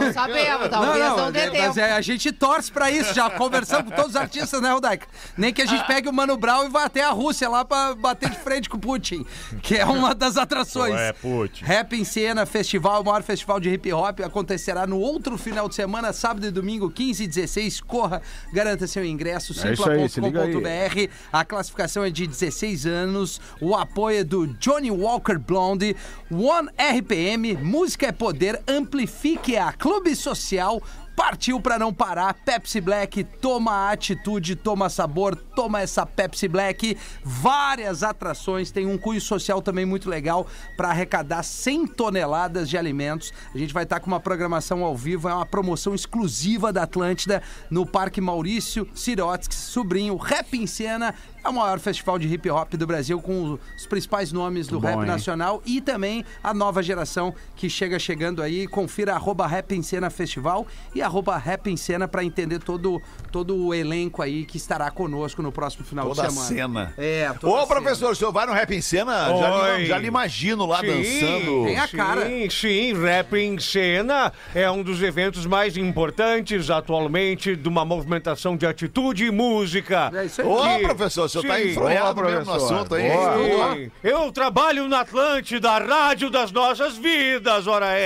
[SPEAKER 5] Não sabemos, talvez um- não, dê
[SPEAKER 7] é-
[SPEAKER 5] tempo.
[SPEAKER 7] mas é, a gente torce pra isso, já conversamos com todos os artistas, né, Rodaica? Nem que a gente pegue o Mano Brown e vá até a Rússia lá pra bater de frente com o Putin, que é uma das atrações.
[SPEAKER 4] Ué, Putin.
[SPEAKER 7] Rap em Cena Festival. festival, o maior festival de hip hop, acontecerá no outro final de semana, sábado e domingo, 15 e 16. Corra, garanta seu ingresso,
[SPEAKER 6] É isso aí, se liga aí.
[SPEAKER 7] simpla.com.br. A classificação é de 16 anos, o apoio é do Johnny Walker Blonde, One RPM, Música é Poder, Amplifique a Clube Social. Partiu pra não parar, Pepsi Black, toma a atitude, toma sabor, toma essa Pepsi Black. Várias atrações, tem um cunho social também muito legal para arrecadar 100 toneladas de alimentos. A gente vai estar com uma programação ao vivo, é uma promoção exclusiva da Atlântida no Parque Maurício Sirotsky, sobrinho, Rap em Cena. É o maior festival de hip hop do Brasil com os principais nomes do
[SPEAKER 6] Muito bom,
[SPEAKER 7] rap
[SPEAKER 6] hein?
[SPEAKER 7] nacional nacional e também a nova geração que chega chegando aí. Confira arroba Rap em Cena Festival e arroba Rap em Cena para entender todo, todo o elenco aí que estará conosco no próximo final
[SPEAKER 3] Toda
[SPEAKER 7] de semana.
[SPEAKER 3] cena.
[SPEAKER 7] É, toda
[SPEAKER 3] Ô,
[SPEAKER 7] cena.
[SPEAKER 3] professor, o senhor vai no rap em cena? Já
[SPEAKER 9] Oi.
[SPEAKER 3] lhe, já lhe imagino lá dançando.
[SPEAKER 7] Tem a cara.
[SPEAKER 9] Sim, sim, Rap em Cena é um dos eventos mais importantes atualmente de uma movimentação de atitude e música.
[SPEAKER 7] É isso aí.
[SPEAKER 3] Ô,
[SPEAKER 9] Que-
[SPEAKER 3] professor, o senhor tá
[SPEAKER 9] Sim.
[SPEAKER 3] enfronhado
[SPEAKER 6] Boa,
[SPEAKER 3] mesmo no
[SPEAKER 6] professor.
[SPEAKER 3] assunto aí.
[SPEAKER 6] Boa.
[SPEAKER 3] Estudou.
[SPEAKER 9] Sim. Eu trabalho na Atlântida, a rádio das nossas vidas, ora é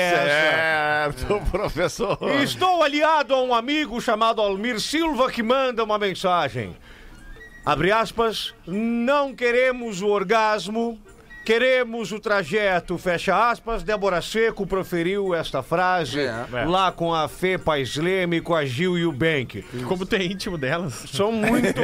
[SPEAKER 9] essa.
[SPEAKER 3] Certo, professor.
[SPEAKER 9] E Estou aliado a um amigo chamado Almir Silva que manda uma mensagem. Abre aspas, não queremos o orgasmo, queremos o trajeto, fecha aspas. Débora Seco proferiu esta frase
[SPEAKER 7] É.
[SPEAKER 9] lá com a Fê Paes Leme, com a Gil e o Bank.
[SPEAKER 4] Como tu é íntimo delas.
[SPEAKER 9] São muito,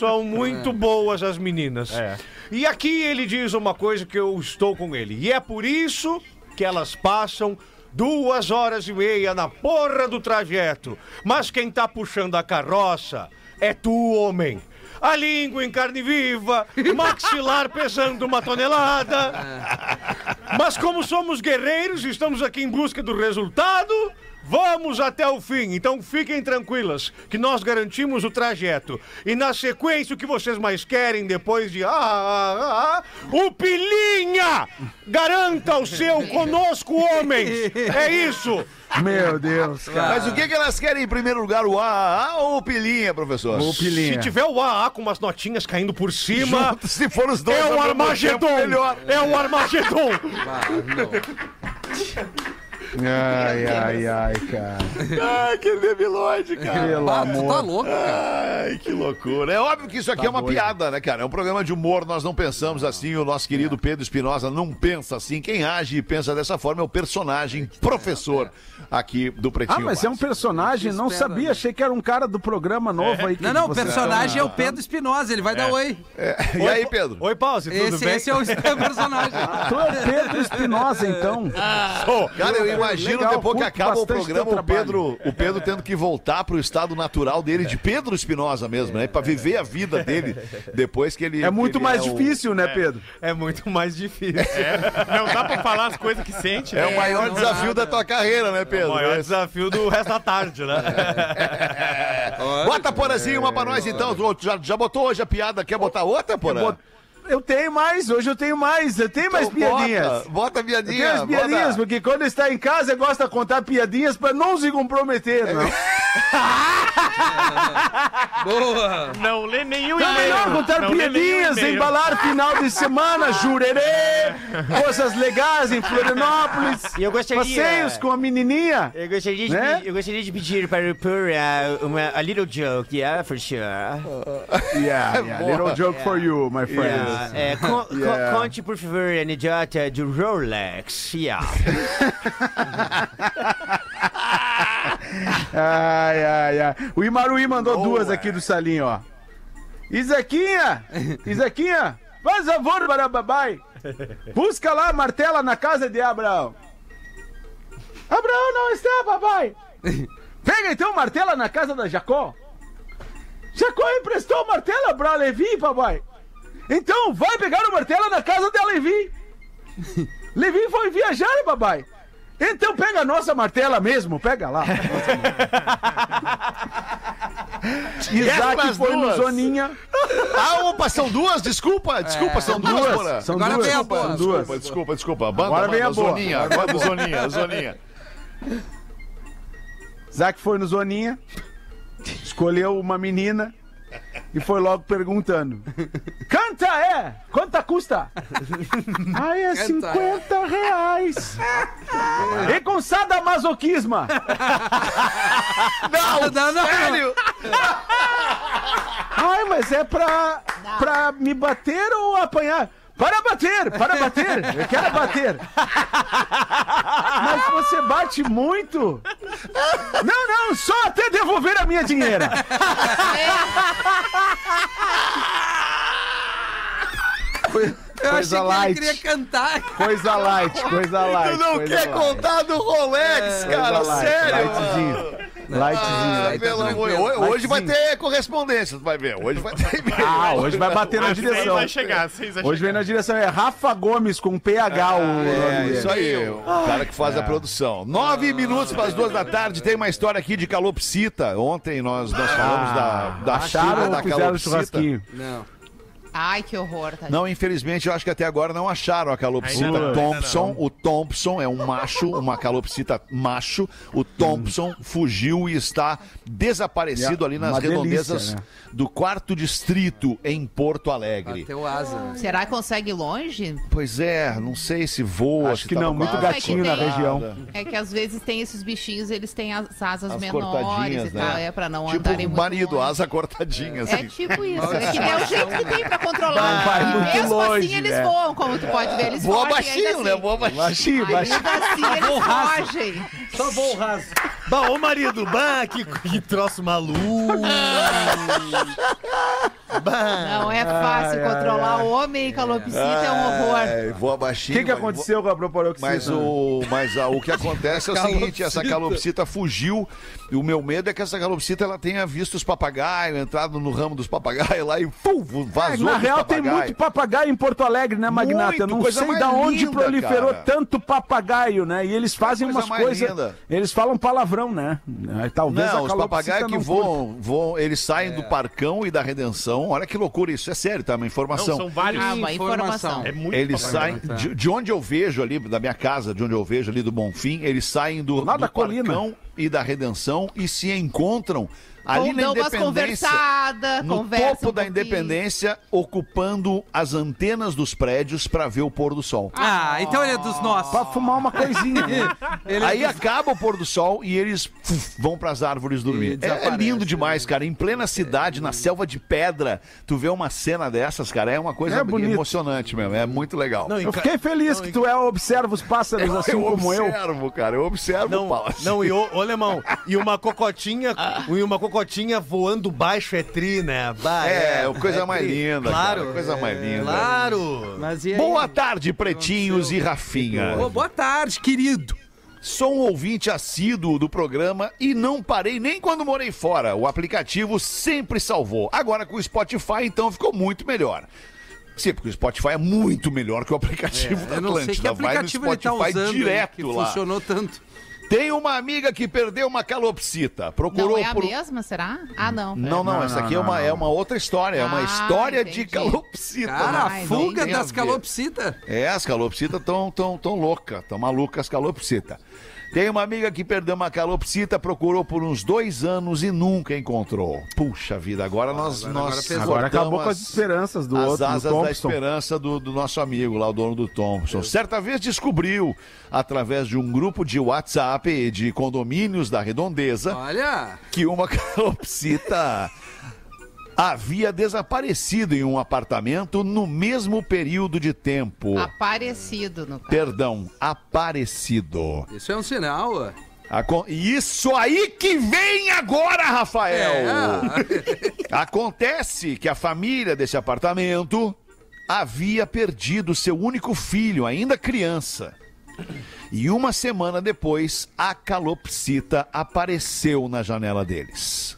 [SPEAKER 9] são muito boas as meninas.
[SPEAKER 4] É.
[SPEAKER 9] E aqui ele diz uma coisa que eu estou com ele. E é por isso que elas passam duas horas e meia na porra do trajeto. Mas quem tá puxando a carroça é tu, homem. A língua em carne viva, maxilar pesando uma tonelada. Mas como somos guerreiros, estamos aqui em busca do resultado. Vamos até o fim, então fiquem tranquilas, que nós garantimos o trajeto. E na sequência, o que vocês mais querem depois de. Ah, ah, ah, ah, o Pilinha! Garanta o seu conosco, homens! É isso!
[SPEAKER 6] Meu Deus, cara.
[SPEAKER 3] Mas o que, que elas querem em primeiro lugar, o AA ou o Pilinha, professor?
[SPEAKER 6] Ô,
[SPEAKER 9] Se
[SPEAKER 6] Pilinha.
[SPEAKER 9] tiver o AA com umas notinhas caindo por cima,
[SPEAKER 3] Se for os dois,
[SPEAKER 9] é
[SPEAKER 3] ao
[SPEAKER 9] o
[SPEAKER 3] mesmo
[SPEAKER 9] Armagedon!
[SPEAKER 3] tempo, melhor.
[SPEAKER 9] É o Armagedon!
[SPEAKER 6] Ai, ai, ai, cara.
[SPEAKER 3] Ai, que debilóide, cara.
[SPEAKER 6] Pelo
[SPEAKER 7] Ah, tu tá
[SPEAKER 6] amor.
[SPEAKER 7] louco, cara.
[SPEAKER 3] Ai, que loucura. É óbvio que isso aqui é uma piada, né, cara? É um programa de humor, nós não pensamos assim. O nosso querido Pedro Espinosa não pensa assim. Quem age e pensa dessa forma é o personagem professor aqui do
[SPEAKER 6] Ah,
[SPEAKER 3] Pretinho.
[SPEAKER 6] mas é um
[SPEAKER 3] Básico.
[SPEAKER 6] personagem, não
[SPEAKER 7] Espera,
[SPEAKER 6] sabia,
[SPEAKER 7] né?
[SPEAKER 6] achei que era um cara do programa novo aí. que
[SPEAKER 7] Não, não, o
[SPEAKER 6] vocês
[SPEAKER 7] personagem é o
[SPEAKER 6] estavam-
[SPEAKER 7] Pedro Espinosa, ele vai
[SPEAKER 3] É.
[SPEAKER 7] dar oi.
[SPEAKER 3] E aí, Pedro?
[SPEAKER 9] Oi, Pause, tudo
[SPEAKER 7] Esse,
[SPEAKER 9] bem?
[SPEAKER 7] esse é o personagem.
[SPEAKER 6] Tu é o Pedro Espinosa, então.
[SPEAKER 7] Ah,
[SPEAKER 3] Cara, eu imagino
[SPEAKER 6] Legal,
[SPEAKER 3] depois que
[SPEAKER 6] curto
[SPEAKER 3] acaba o
[SPEAKER 6] bastante
[SPEAKER 3] programa,
[SPEAKER 6] teu É.
[SPEAKER 3] o Pedro, o Pedro tendo que voltar pro estado natural dele, de Pedro Espinosa mesmo, né? Pra viver a vida dele depois que ele.
[SPEAKER 6] É muito
[SPEAKER 3] que ele
[SPEAKER 6] mais
[SPEAKER 3] o-
[SPEAKER 6] difícil, né, Pedro?
[SPEAKER 9] É muito mais difícil.
[SPEAKER 4] É, Não dá pra falar as coisas que sente,
[SPEAKER 3] É
[SPEAKER 4] né?
[SPEAKER 3] o maior desafio da tua carreira, né,
[SPEAKER 6] É
[SPEAKER 3] Pedro?
[SPEAKER 9] O maior desafio do resto da tarde, né?
[SPEAKER 3] Bota, Porazinho, uma pra nós
[SPEAKER 6] É.
[SPEAKER 3] então. Tu Já, já botou hoje a piada? Quer botar outra, Porã?
[SPEAKER 6] Bot- Eu tenho mais, hoje eu tenho mais, eu tenho mais
[SPEAKER 3] Então
[SPEAKER 6] piadinhas.
[SPEAKER 3] Bota, bota a
[SPEAKER 6] Eu tenho
[SPEAKER 3] piadinha.
[SPEAKER 6] as piadinhas,
[SPEAKER 3] bota.
[SPEAKER 6] porque quando está em casa gosta de contar piadinhas para não se comprometer, não.
[SPEAKER 7] Boa.
[SPEAKER 4] Não lê nenhum e-mail.
[SPEAKER 6] Não, É melhor contar
[SPEAKER 4] Não lê nenhum
[SPEAKER 6] piadinhas,
[SPEAKER 4] e-mail.
[SPEAKER 6] embalar final de semana, jurerê, coisas legais em Florianópolis,
[SPEAKER 15] E eu gostaria- eh,
[SPEAKER 6] passeios com a menininha.
[SPEAKER 15] Eu gostaria, de,
[SPEAKER 6] Né?
[SPEAKER 15] pe- eu gostaria de pedir para o Pura uma a little joke, yeah, for sure.
[SPEAKER 6] Yeah, yeah, little joke for you, my friend.
[SPEAKER 15] Yeah, é, con- con-
[SPEAKER 6] Yeah.
[SPEAKER 15] Conte, por favor, a anedota do Rolex, yeah.
[SPEAKER 6] Ai, ai, ai. O Imaruí mandou duas aqui do Salim, ó. Isaquinha! Isaquinha! Faz favor, Barababai! Busca lá a martela na casa de Abraão. Abraão não está, papai! Pega então martela na casa da Jacó. Jacó emprestou martela para Levi, papai. Então vai pegar o martelo na casa de Levi. Levi foi viajar, papai. Então pega a nossa martela mesmo, pega lá. Isaac
[SPEAKER 3] Essas
[SPEAKER 6] foi no
[SPEAKER 3] duas.
[SPEAKER 6] Zoninha.
[SPEAKER 3] Ah, opa, são duas? Desculpa, desculpa, são duas, Porã.
[SPEAKER 6] São
[SPEAKER 7] Agora
[SPEAKER 6] duas.
[SPEAKER 7] vem a boa.
[SPEAKER 6] São duas.
[SPEAKER 3] Desculpa, desculpa, desculpa. Banda,
[SPEAKER 6] Agora vem
[SPEAKER 3] banda,
[SPEAKER 6] a boa.
[SPEAKER 3] Zoninha,
[SPEAKER 6] Agora
[SPEAKER 3] banda, Zoninha, Zoninha.
[SPEAKER 6] Isaac foi no Zoninha, escolheu uma menina. E foi logo perguntando: Canta é? Quanto custa? Aí é 50 reais. e com sada masoquisma.
[SPEAKER 7] Não, não, não.
[SPEAKER 6] Ai, mas é pra, pra me bater ou apanhar? Para bater, para bater, eu quero bater. Mas você bate muito. Não, não, só até devolver a minha dinheira.
[SPEAKER 7] é.
[SPEAKER 5] né?
[SPEAKER 7] Eu
[SPEAKER 6] Coisa
[SPEAKER 7] achei
[SPEAKER 6] light.
[SPEAKER 7] que ele queria cantar.
[SPEAKER 6] Coisa light, coisa light.
[SPEAKER 4] Tu não
[SPEAKER 6] coisa
[SPEAKER 4] quer
[SPEAKER 6] light.
[SPEAKER 4] contar do Rolex, cara,
[SPEAKER 6] É, Coisa light,
[SPEAKER 4] sério?
[SPEAKER 6] Lightzinho, lightzinho,
[SPEAKER 4] Ah,
[SPEAKER 6] lightzinho.
[SPEAKER 4] pelo amor. Hoje hoje vai ter correspondência, tu vai ver. Hoje vai ter.
[SPEAKER 6] Ah, hoje vai bater na
[SPEAKER 16] Às seis
[SPEAKER 6] direção.
[SPEAKER 16] vai chegar, às seis vai
[SPEAKER 6] Hoje vem na direção, é Rafa Gomes com PH o nome
[SPEAKER 3] É,
[SPEAKER 6] dele.
[SPEAKER 3] isso aí, o cara que
[SPEAKER 6] É.
[SPEAKER 3] faz a produção. Nove minutos para as duas da tarde, tem uma história aqui de calopsita. Ontem nós, nós falamos da, da
[SPEAKER 6] Ah, Acharam
[SPEAKER 3] chuva
[SPEAKER 6] ou
[SPEAKER 3] da
[SPEAKER 6] fizeram
[SPEAKER 3] calopsita.
[SPEAKER 6] churrasquinho?
[SPEAKER 7] Não.
[SPEAKER 5] Ai, que horror, tá?
[SPEAKER 3] Não, infelizmente, eu acho que até agora não acharam a
[SPEAKER 16] Ainda
[SPEAKER 3] calopsita
[SPEAKER 16] não,
[SPEAKER 3] Thompson. O Thompson é um macho, uma calopsita macho. O Thompson fugiu e está desaparecido
[SPEAKER 6] Yeah,
[SPEAKER 3] ali nas
[SPEAKER 6] É uma delícia,
[SPEAKER 3] redondezas
[SPEAKER 6] né?
[SPEAKER 3] do quarto distrito em Porto Alegre.
[SPEAKER 7] Bateu asa.
[SPEAKER 5] Será que consegue ir longe?
[SPEAKER 3] Pois é, não sei se voa.
[SPEAKER 6] Acho
[SPEAKER 3] se
[SPEAKER 6] que
[SPEAKER 3] tá
[SPEAKER 6] não,
[SPEAKER 3] no
[SPEAKER 6] muito
[SPEAKER 3] mato,
[SPEAKER 6] gatinho
[SPEAKER 5] na
[SPEAKER 6] região.
[SPEAKER 5] É que às vezes tem esses bichinhos, eles têm as asas
[SPEAKER 3] As
[SPEAKER 5] menores e
[SPEAKER 3] cortadinhas,
[SPEAKER 5] tal,
[SPEAKER 3] né?
[SPEAKER 5] é pra não
[SPEAKER 3] Tipo
[SPEAKER 5] andarem
[SPEAKER 3] o
[SPEAKER 5] muito
[SPEAKER 3] marido,
[SPEAKER 5] longe.
[SPEAKER 3] asa cortadinha,
[SPEAKER 5] É
[SPEAKER 3] assim.
[SPEAKER 5] tipo isso, é que é o jeito que tem pra controlar.
[SPEAKER 6] Não vai muito
[SPEAKER 5] Mesmo
[SPEAKER 6] longe,
[SPEAKER 5] assim, eles
[SPEAKER 6] né?
[SPEAKER 5] voam, como tu pode ver, eles
[SPEAKER 4] Boa
[SPEAKER 5] fogem ainda
[SPEAKER 4] baixinho,
[SPEAKER 5] assim.
[SPEAKER 4] né? Boa baixinho.
[SPEAKER 6] Baixinho, baixinho.
[SPEAKER 5] Ainda assim, eles fogem.
[SPEAKER 7] Só vou o raso.
[SPEAKER 4] Bah, ô marido, bah, que, que troço maluco. Bah.
[SPEAKER 5] Não é fácil controlar o homem, calopsita é um horror.
[SPEAKER 3] Ai, voa
[SPEAKER 6] O
[SPEAKER 3] baixinho.
[SPEAKER 6] que, que
[SPEAKER 3] mas voa-
[SPEAKER 6] aconteceu com a proparoxina?
[SPEAKER 3] Mas, o, mas a- o que acontece é o seguinte, essa calopsita fugiu. E o meu medo é que essa calopsita ela tenha visto os papagaios, entrado no ramo dos papagaios lá e pum,
[SPEAKER 6] É,
[SPEAKER 3] vazou.
[SPEAKER 6] Na
[SPEAKER 3] dos
[SPEAKER 6] real, tem
[SPEAKER 3] papagaios.
[SPEAKER 6] muito papagaio em Porto Alegre, né, Magnata?
[SPEAKER 3] Muito,
[SPEAKER 6] Eu não
[SPEAKER 3] coisa
[SPEAKER 6] sei
[SPEAKER 3] mais
[SPEAKER 6] da onde
[SPEAKER 3] linda,
[SPEAKER 6] proliferou
[SPEAKER 3] cara.
[SPEAKER 6] tanto papagaio, né? E eles fazem
[SPEAKER 3] Coisa
[SPEAKER 6] umas
[SPEAKER 3] mais
[SPEAKER 6] coisas.
[SPEAKER 3] linda.
[SPEAKER 6] Eles falam palavrão, né? Talvez a
[SPEAKER 3] Não, os
[SPEAKER 6] calopsita
[SPEAKER 3] papagaios que
[SPEAKER 6] não É.
[SPEAKER 3] voam, voam, eles saem do Parcão e da Redenção. Olha que loucura isso, é sério, tá? Uma
[SPEAKER 16] Não,
[SPEAKER 3] informação.
[SPEAKER 16] são vários.
[SPEAKER 5] Ah, uma informação.
[SPEAKER 16] É muito
[SPEAKER 3] Eles
[SPEAKER 16] papagaio.
[SPEAKER 3] saem de, de onde eu vejo ali, da minha casa, de onde eu vejo ali do Bonfim, eles saem do,
[SPEAKER 6] Lá
[SPEAKER 3] do
[SPEAKER 6] da colina.
[SPEAKER 3] Parcão e da Redenção e se encontram ali
[SPEAKER 5] Vão
[SPEAKER 3] na
[SPEAKER 5] dar umas
[SPEAKER 3] Independência.
[SPEAKER 5] conversadas,
[SPEAKER 3] No
[SPEAKER 5] conversam
[SPEAKER 3] topo
[SPEAKER 5] um
[SPEAKER 3] da
[SPEAKER 5] pouquinho.
[SPEAKER 3] Independência, ocupando as antenas dos prédios para ver o pôr do sol.
[SPEAKER 7] Ah, então ele é dos nossos.
[SPEAKER 6] Pra fumar uma coisinha. né?
[SPEAKER 7] Ele
[SPEAKER 3] Aí acaba o pôr do sol e eles fuf, vão para as árvores dormir. É- É,
[SPEAKER 7] desaparece,
[SPEAKER 3] lindo demais, cara. Em plena cidade, na selva de pedra, tu vê uma cena dessas, cara, é uma coisa
[SPEAKER 6] É bonito.
[SPEAKER 3] emocionante mesmo. É muito legal.
[SPEAKER 9] Não, e
[SPEAKER 6] Eu
[SPEAKER 9] ca-
[SPEAKER 6] fiquei feliz que tu é, observa os pássaros assim
[SPEAKER 3] eu
[SPEAKER 6] como eu.
[SPEAKER 3] observo, cara. Eu observo,
[SPEAKER 4] Não,
[SPEAKER 3] Paulo.
[SPEAKER 4] não, e ô, ô Lemão, e uma cocotinha, e uma cocotinha voando baixo é tri, né? Bah,
[SPEAKER 3] É, a coisa mais linda.
[SPEAKER 4] Claro.
[SPEAKER 3] cara, a coisa
[SPEAKER 7] É,
[SPEAKER 3] mais linda.
[SPEAKER 4] Claro.
[SPEAKER 7] Mas e aí?
[SPEAKER 3] Boa tarde, pretinhos e Rafinha.
[SPEAKER 7] Ô, boa tarde, querido.
[SPEAKER 3] Sou um ouvinte assíduo do programa e não parei nem quando morei fora. O aplicativo sempre salvou. Agora com o Spotify, então ficou muito melhor. Sim, porque o Spotify é muito melhor que o aplicativo da
[SPEAKER 7] É, Eu não sei que
[SPEAKER 3] Atlântida. Vai no
[SPEAKER 7] aplicativo ele tá
[SPEAKER 3] Spotify
[SPEAKER 7] usando aí, que
[SPEAKER 3] direto lá.
[SPEAKER 7] funcionou tanto.
[SPEAKER 3] Tem uma amiga que perdeu uma calopsita.
[SPEAKER 5] Não
[SPEAKER 3] Procurou
[SPEAKER 5] é a
[SPEAKER 3] por. um-
[SPEAKER 5] mesma, será? Ah, não.
[SPEAKER 3] Não, não, essa aqui é, uma, é uma outra história. É uma
[SPEAKER 5] Ah,
[SPEAKER 3] história de
[SPEAKER 5] entendi.
[SPEAKER 3] calopsita.
[SPEAKER 7] Cara, a
[SPEAKER 5] Ai, não
[SPEAKER 7] fuga
[SPEAKER 3] tem a
[SPEAKER 7] das
[SPEAKER 3] ver.
[SPEAKER 7] calopsitas.
[SPEAKER 3] É, as calopsitas tão, tão, tão loucas, tão malucas as calopsitas. Tem uma amiga que perdeu uma calopsita, procurou por uns dois anos e nunca encontrou. Puxa vida, agora nós. nós
[SPEAKER 7] pesou.
[SPEAKER 6] Agora acabou
[SPEAKER 3] cortamos
[SPEAKER 6] com as esperanças do
[SPEAKER 3] as
[SPEAKER 6] outro, do
[SPEAKER 3] asas da
[SPEAKER 6] Thompson.
[SPEAKER 3] esperança do, do nosso amigo lá, o dono do Thompson. Certa vez descobriu, através de um grupo de WhatsApp de condomínios da Redondeza,
[SPEAKER 7] Olha,
[SPEAKER 3] que uma calopsita havia desaparecido em um apartamento no mesmo período de tempo.
[SPEAKER 5] Aparecido no caso.
[SPEAKER 3] Perdão, aparecido.
[SPEAKER 7] isso é um sinal. ó.
[SPEAKER 3] Acon- Isso aí que vem agora, Rafael! Acontece que a família desse apartamento havia perdido seu único filho, ainda criança. E uma semana depois, a calopsita apareceu na janela deles.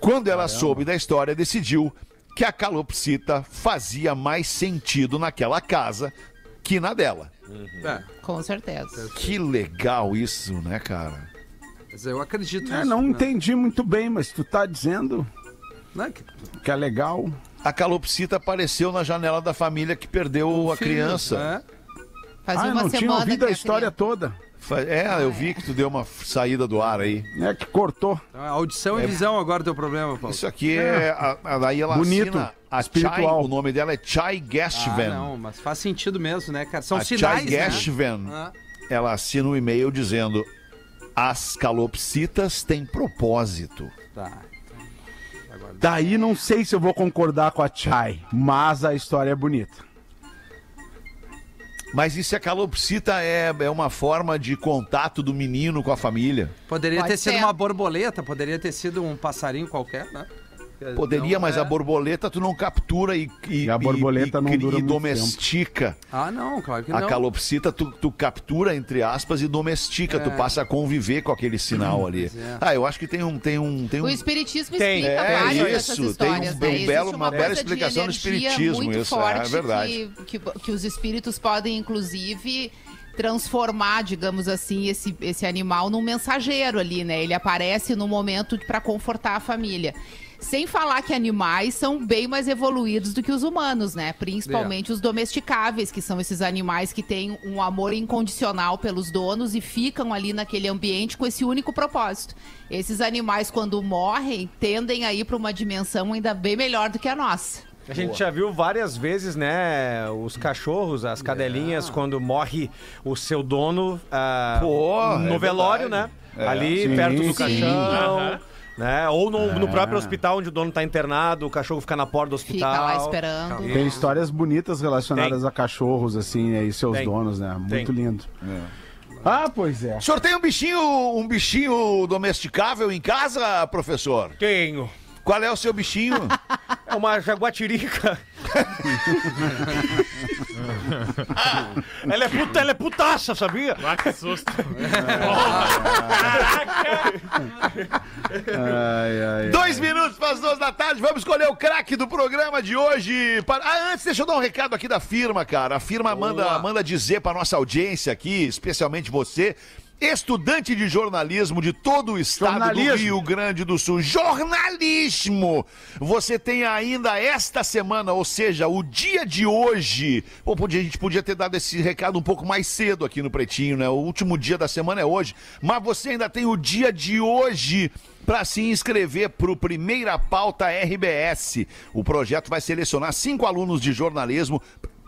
[SPEAKER 3] Quando ela soube da história, decidiu que a calopsita fazia mais sentido naquela casa que na dela.
[SPEAKER 7] É,
[SPEAKER 5] Com certeza.
[SPEAKER 3] Que legal isso, né, cara?
[SPEAKER 7] mas eu acredito
[SPEAKER 6] É,
[SPEAKER 7] nisso,
[SPEAKER 6] não
[SPEAKER 7] né?
[SPEAKER 6] entendi muito bem, mas tu tá dizendo
[SPEAKER 7] Não é que-
[SPEAKER 6] que é legal.
[SPEAKER 3] A calopsita apareceu na janela da família que perdeu a
[SPEAKER 7] Filho,
[SPEAKER 3] criança.
[SPEAKER 7] né?
[SPEAKER 5] Faz
[SPEAKER 6] ah, eu
[SPEAKER 5] uma
[SPEAKER 6] não tinha
[SPEAKER 5] semana.
[SPEAKER 6] ouvido a
[SPEAKER 5] que
[SPEAKER 6] história toda.
[SPEAKER 3] Fa- É, eu vi que tu deu uma saída do ar aí.
[SPEAKER 6] né,
[SPEAKER 17] É que cortou.
[SPEAKER 7] Então, é audição e visão agora é teu problema, Paulo.
[SPEAKER 3] Isso aqui é. a- a- daí ela
[SPEAKER 17] Bonito,
[SPEAKER 3] assina a Chai,
[SPEAKER 17] espiritual.
[SPEAKER 3] o nome dela é Chai
[SPEAKER 7] Ah,
[SPEAKER 3] Gastven.
[SPEAKER 7] não, mas faz sentido mesmo, né, cara? São
[SPEAKER 3] a
[SPEAKER 7] sinais,
[SPEAKER 3] Chai
[SPEAKER 7] né?
[SPEAKER 3] Gashven,
[SPEAKER 7] Ah.
[SPEAKER 3] ela assina um e-mail dizendo: As calopsitas têm propósito.
[SPEAKER 7] Tá.
[SPEAKER 17] Daí não sei se eu vou concordar com a Chai, mas a história é bonita.
[SPEAKER 3] Mas isso é calopsita, é, é uma forma de contato do menino com a família.
[SPEAKER 7] Poderia
[SPEAKER 5] Pode
[SPEAKER 7] ter sido
[SPEAKER 5] ser.
[SPEAKER 7] uma borboleta, poderia ter sido um passarinho qualquer, né?
[SPEAKER 3] Poderia,
[SPEAKER 7] Então,
[SPEAKER 3] mas
[SPEAKER 7] é.
[SPEAKER 3] a borboleta tu não captura e,
[SPEAKER 17] E a borboleta não
[SPEAKER 3] cria-
[SPEAKER 17] dura
[SPEAKER 3] e
[SPEAKER 17] muito
[SPEAKER 3] domestica.
[SPEAKER 7] Ah, não, claro que
[SPEAKER 3] A
[SPEAKER 7] não.
[SPEAKER 3] calopsita tu, tu captura, entre aspas, e domestica. Tu passa a conviver com aquele sinal ali.
[SPEAKER 7] é.
[SPEAKER 3] Ah, eu acho que tem um. Tem um, tem um...
[SPEAKER 5] O espiritismo
[SPEAKER 18] Tem.
[SPEAKER 5] explica
[SPEAKER 3] É,
[SPEAKER 5] várias
[SPEAKER 3] isso,
[SPEAKER 5] dessas
[SPEAKER 3] tem um-
[SPEAKER 5] histórias,
[SPEAKER 3] um
[SPEAKER 5] né?
[SPEAKER 3] belo-
[SPEAKER 5] Existe
[SPEAKER 3] uma bela
[SPEAKER 5] coisa de
[SPEAKER 3] explicação do
[SPEAKER 5] energia
[SPEAKER 3] espiritismo,
[SPEAKER 5] muito
[SPEAKER 3] isso, é
[SPEAKER 5] forte
[SPEAKER 3] verdade.
[SPEAKER 5] Que, que, que os espíritos podem, inclusive, transformar, digamos assim, esse, esse animal num mensageiro ali, né? Ele aparece no momento para confortar a família. Sem falar que animais são bem mais evoluídos do que os humanos, né? Principalmente os domesticáveis, que são esses animais que têm um amor incondicional pelos donos e ficam ali naquele ambiente com esse único propósito. Esses animais, quando morrem, tendem a ir para uma dimensão ainda bem melhor do que a nossa.
[SPEAKER 18] A gente já viu várias vezes, né? Os cachorros, as cadelinhas, quando morre o seu dono ah,
[SPEAKER 3] Pô,
[SPEAKER 18] no
[SPEAKER 3] é
[SPEAKER 18] velório,
[SPEAKER 3] verdade.
[SPEAKER 18] né?
[SPEAKER 3] É.
[SPEAKER 18] Ali
[SPEAKER 17] Sim,
[SPEAKER 18] perto do
[SPEAKER 17] sim.
[SPEAKER 18] caixão. Né? Ou no, no próprio hospital onde o dono tá internado, o cachorro fica na porta do
[SPEAKER 5] Fica
[SPEAKER 18] hospital.
[SPEAKER 5] lá esperando.
[SPEAKER 17] Tem histórias bonitas relacionadas a cachorros, assim, né, e seus
[SPEAKER 18] Tem.
[SPEAKER 17] donos, né? Muito
[SPEAKER 18] Tem.
[SPEAKER 17] lindo. Ah, pois é.
[SPEAKER 3] O senhor tem um bichinho, um bichinho domesticável em casa, professor?
[SPEAKER 18] Tenho.
[SPEAKER 3] Qual é o seu bichinho?
[SPEAKER 18] É uma jaguatirica. ela, é puta, ela é putaça, sabia?
[SPEAKER 4] Ah, que susto.
[SPEAKER 17] Ai, ai, ai.
[SPEAKER 3] Dois minutos para as duas da tarde, vamos escolher o craque do programa de hoje. Para- Ah, antes, deixa eu dar um recado aqui da firma, cara. A firma manda, manda dizer para nossa audiência aqui, especialmente você, estudante de jornalismo de todo o estado do
[SPEAKER 17] Jornalismo.
[SPEAKER 3] Rio Grande do Sul. Jornalismo! Você tem ainda esta semana, ou seja, o dia de hoje. Pô, podia- a gente podia ter dado esse recado um pouco mais cedo aqui no Pretinho, né? O último dia da semana é hoje. Mas você ainda tem o dia de hoje para se inscrever para o Primeira Pauta RBS. O projeto vai selecionar cinco alunos de jornalismo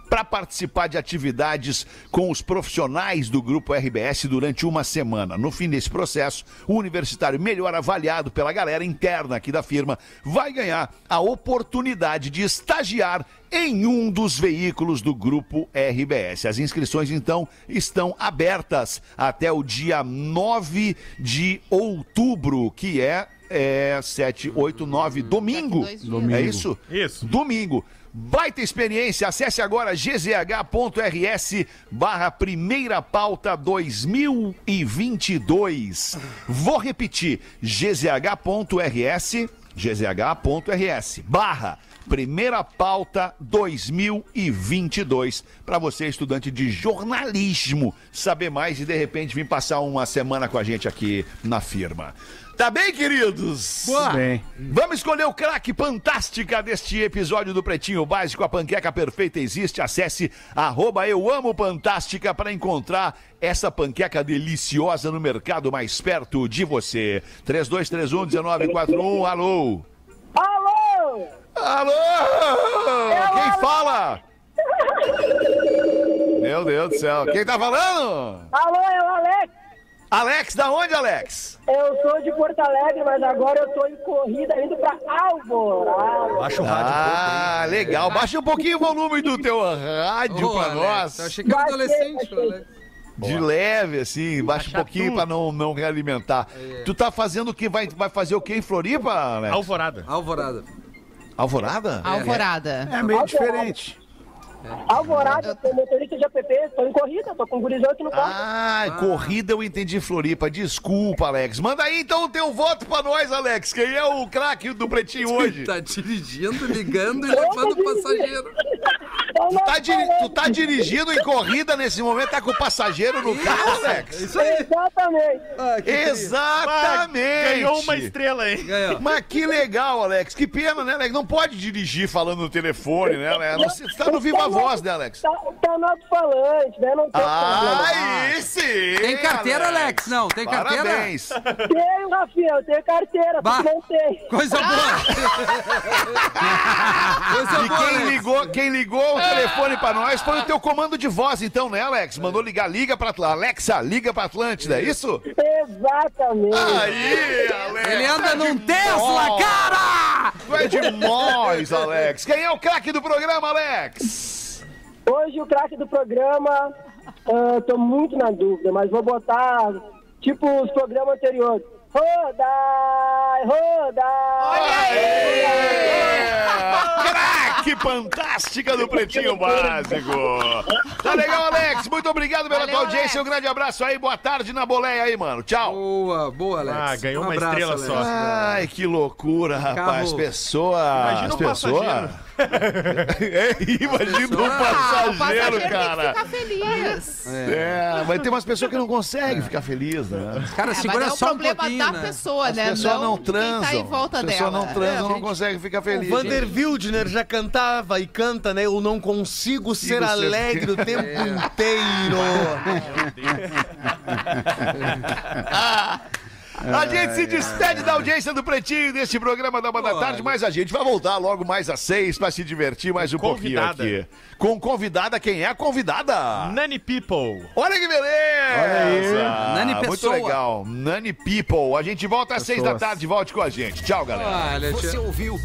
[SPEAKER 3] para participar de atividades com os profissionais do Grupo RBS durante uma semana. No fim desse processo, o universitário melhor avaliado pela galera interna aqui da firma vai ganhar a oportunidade de estagiar em um dos veículos do Grupo RBS. As inscrições, então, estão abertas até o dia 9 de outubro, que é, é 7, 8, 9, domingo.
[SPEAKER 5] dois dias. Domingo.
[SPEAKER 3] É isso?
[SPEAKER 4] Isso.
[SPEAKER 3] Domingo. Baita experiência, acesse agora gzh.rs barra primeira pauta 2022. Vou repetir, gzh.rs, gzh.rs barra primeira pauta 2022. Para você, estudante de jornalismo, saber mais e de repente vir passar uma semana com a gente aqui na firma. Tá bem, queridos?
[SPEAKER 17] Boa. Bem.
[SPEAKER 3] Vamos escolher o craque fantástica deste episódio do Pretinho Básico. A panqueca perfeita existe. Acesse arroba eu amo fantástica para encontrar essa panqueca deliciosa no mercado mais perto de você. 3231-1941, alô.
[SPEAKER 19] Alô!
[SPEAKER 3] Alô! Quem fala? Meu Deus do céu. Quem tá falando?
[SPEAKER 19] Alô, é o Alex!
[SPEAKER 3] Alex, da onde, Alex?
[SPEAKER 19] Eu sou de Porto Alegre, mas agora eu tô em corrida indo pra Alvorada.
[SPEAKER 18] Baixa o rádio.
[SPEAKER 3] Ah, legal. Baixa um pouquinho o volume do teu rádio
[SPEAKER 7] Ô,
[SPEAKER 3] pra
[SPEAKER 7] Alex, tá
[SPEAKER 3] nós.
[SPEAKER 7] Eu achei que era
[SPEAKER 19] Vai ser,
[SPEAKER 7] adolescente,
[SPEAKER 19] vai ser.
[SPEAKER 7] Alex.
[SPEAKER 3] De leve, assim, baixa um pouquinho pra não, não realimentar.
[SPEAKER 4] É.
[SPEAKER 3] Tu tá fazendo o que? Vai, vai fazer o que em Floripa, Alex?
[SPEAKER 4] Alvorada.
[SPEAKER 7] Alvorada.
[SPEAKER 3] Alvorada?
[SPEAKER 5] Alvorada.
[SPEAKER 3] Ah,
[SPEAKER 17] É meio diferente.
[SPEAKER 19] Alvorada, eu sou motorista de app, tô em corrida, tô com um gurizão aqui no carro.
[SPEAKER 3] Ah, corrida eu entendi Floripa. Desculpa, Alex. Manda aí então o teu voto pra nós, Alex. Quem é o craque do Pretinho hoje?
[SPEAKER 7] Tá dirigindo, ligando e levando passageiro.
[SPEAKER 3] Tu tá, diri- tu tá dirigindo em corrida nesse momento, tá com o passageiro no carro, Alex?
[SPEAKER 7] É Isso aí.
[SPEAKER 19] Exatamente.
[SPEAKER 7] Ah, que
[SPEAKER 3] Exatamente!
[SPEAKER 4] Ganhou uma estrela, hein?
[SPEAKER 7] Ganhou.
[SPEAKER 3] Mas que legal, Alex. Que pena, né, Alex? Ah! Não pode dirigir falando no telefone, né, Alex? Você tá no tá viva voz, né, Alex?
[SPEAKER 19] Tá, tá no alto-falante, né? Não tem problema.
[SPEAKER 3] Aí sim!
[SPEAKER 7] Tem carteira, Alex? Não, tem carteira?
[SPEAKER 3] Parabéns!
[SPEAKER 19] Tenho, Rafinha, eu tenho carteira,
[SPEAKER 7] Bah.
[SPEAKER 19] porque não tem.
[SPEAKER 7] Coisa boa! Coisa
[SPEAKER 3] E
[SPEAKER 7] boa,
[SPEAKER 3] quem
[SPEAKER 7] Alex.
[SPEAKER 3] ligou, quem ligou o telefone pra nós foi o teu comando de voz, então, né, Alex? Mandou ligar, liga pra Atlântida. Alexa, liga pra Atlântida, é isso?
[SPEAKER 19] Exatamente.
[SPEAKER 3] Ah, Aí,
[SPEAKER 5] Ah!
[SPEAKER 3] Alex!
[SPEAKER 7] Ele é anda num Tesla,
[SPEAKER 3] bom.
[SPEAKER 7] cara!
[SPEAKER 3] Tu é demais, Alex! Quem é o craque do programa, Alex?
[SPEAKER 19] Hoje o craque do programa, ah, tô muito na dúvida, mas vou botar tipo os programas anteriores. Rodai, rodai!
[SPEAKER 3] Craque fantástica do Pretinho Básico! Tá legal, Alex? Muito obrigado pela
[SPEAKER 5] Valeu,
[SPEAKER 3] tua audiência. Um grande abraço aí. Boa tarde na boleia aí, mano. Tchau!
[SPEAKER 7] Boa, boa, Alex. Um
[SPEAKER 4] Ah, ganhou uma
[SPEAKER 7] abraço,
[SPEAKER 4] estrela só.
[SPEAKER 7] Alex.
[SPEAKER 3] Ai, que loucura, rapaz.
[SPEAKER 7] Carro.
[SPEAKER 3] Pessoa.
[SPEAKER 4] Imagina
[SPEAKER 3] as
[SPEAKER 4] um passageiro.
[SPEAKER 3] pessoas. É, imagina um
[SPEAKER 5] Ah, o
[SPEAKER 3] passageiro, cara.
[SPEAKER 5] Tem que ficar feliz.
[SPEAKER 3] É, mas tem umas pessoas que não conseguem ficar felizes, né?
[SPEAKER 7] Cara,
[SPEAKER 5] É,
[SPEAKER 7] segura
[SPEAKER 5] mas é o
[SPEAKER 7] só um
[SPEAKER 5] problema
[SPEAKER 7] pouquinho,
[SPEAKER 5] da
[SPEAKER 7] né?
[SPEAKER 5] pessoa,
[SPEAKER 3] As
[SPEAKER 5] né?
[SPEAKER 3] pessoas não
[SPEAKER 5] de quem Tá em
[SPEAKER 3] transam.
[SPEAKER 5] volta
[SPEAKER 3] As pessoas
[SPEAKER 5] dela.
[SPEAKER 3] não transam, não conseguem ficar felizes.
[SPEAKER 9] Vander Wildner já cantava e canta, né? Eu não consigo ser
[SPEAKER 3] ser- É.
[SPEAKER 9] alegre o tempo inteiro.
[SPEAKER 3] A gente se despede da audiência do Pretinho deste programa da Uma da Tarde, mas a gente vai voltar logo mais às seis pra se divertir mais um
[SPEAKER 4] Convidada.
[SPEAKER 3] pouquinho aqui. Com convidada, quem é a convidada?
[SPEAKER 4] Nani People.
[SPEAKER 3] Olha que beleza! Olha Ah,
[SPEAKER 7] Nani
[SPEAKER 3] Muito
[SPEAKER 7] Pessoa.
[SPEAKER 3] legal. Nani People. A gente volta às seis da tarde. Volte com a gente. Tchau, galera.
[SPEAKER 7] Olha,
[SPEAKER 13] Você ouviu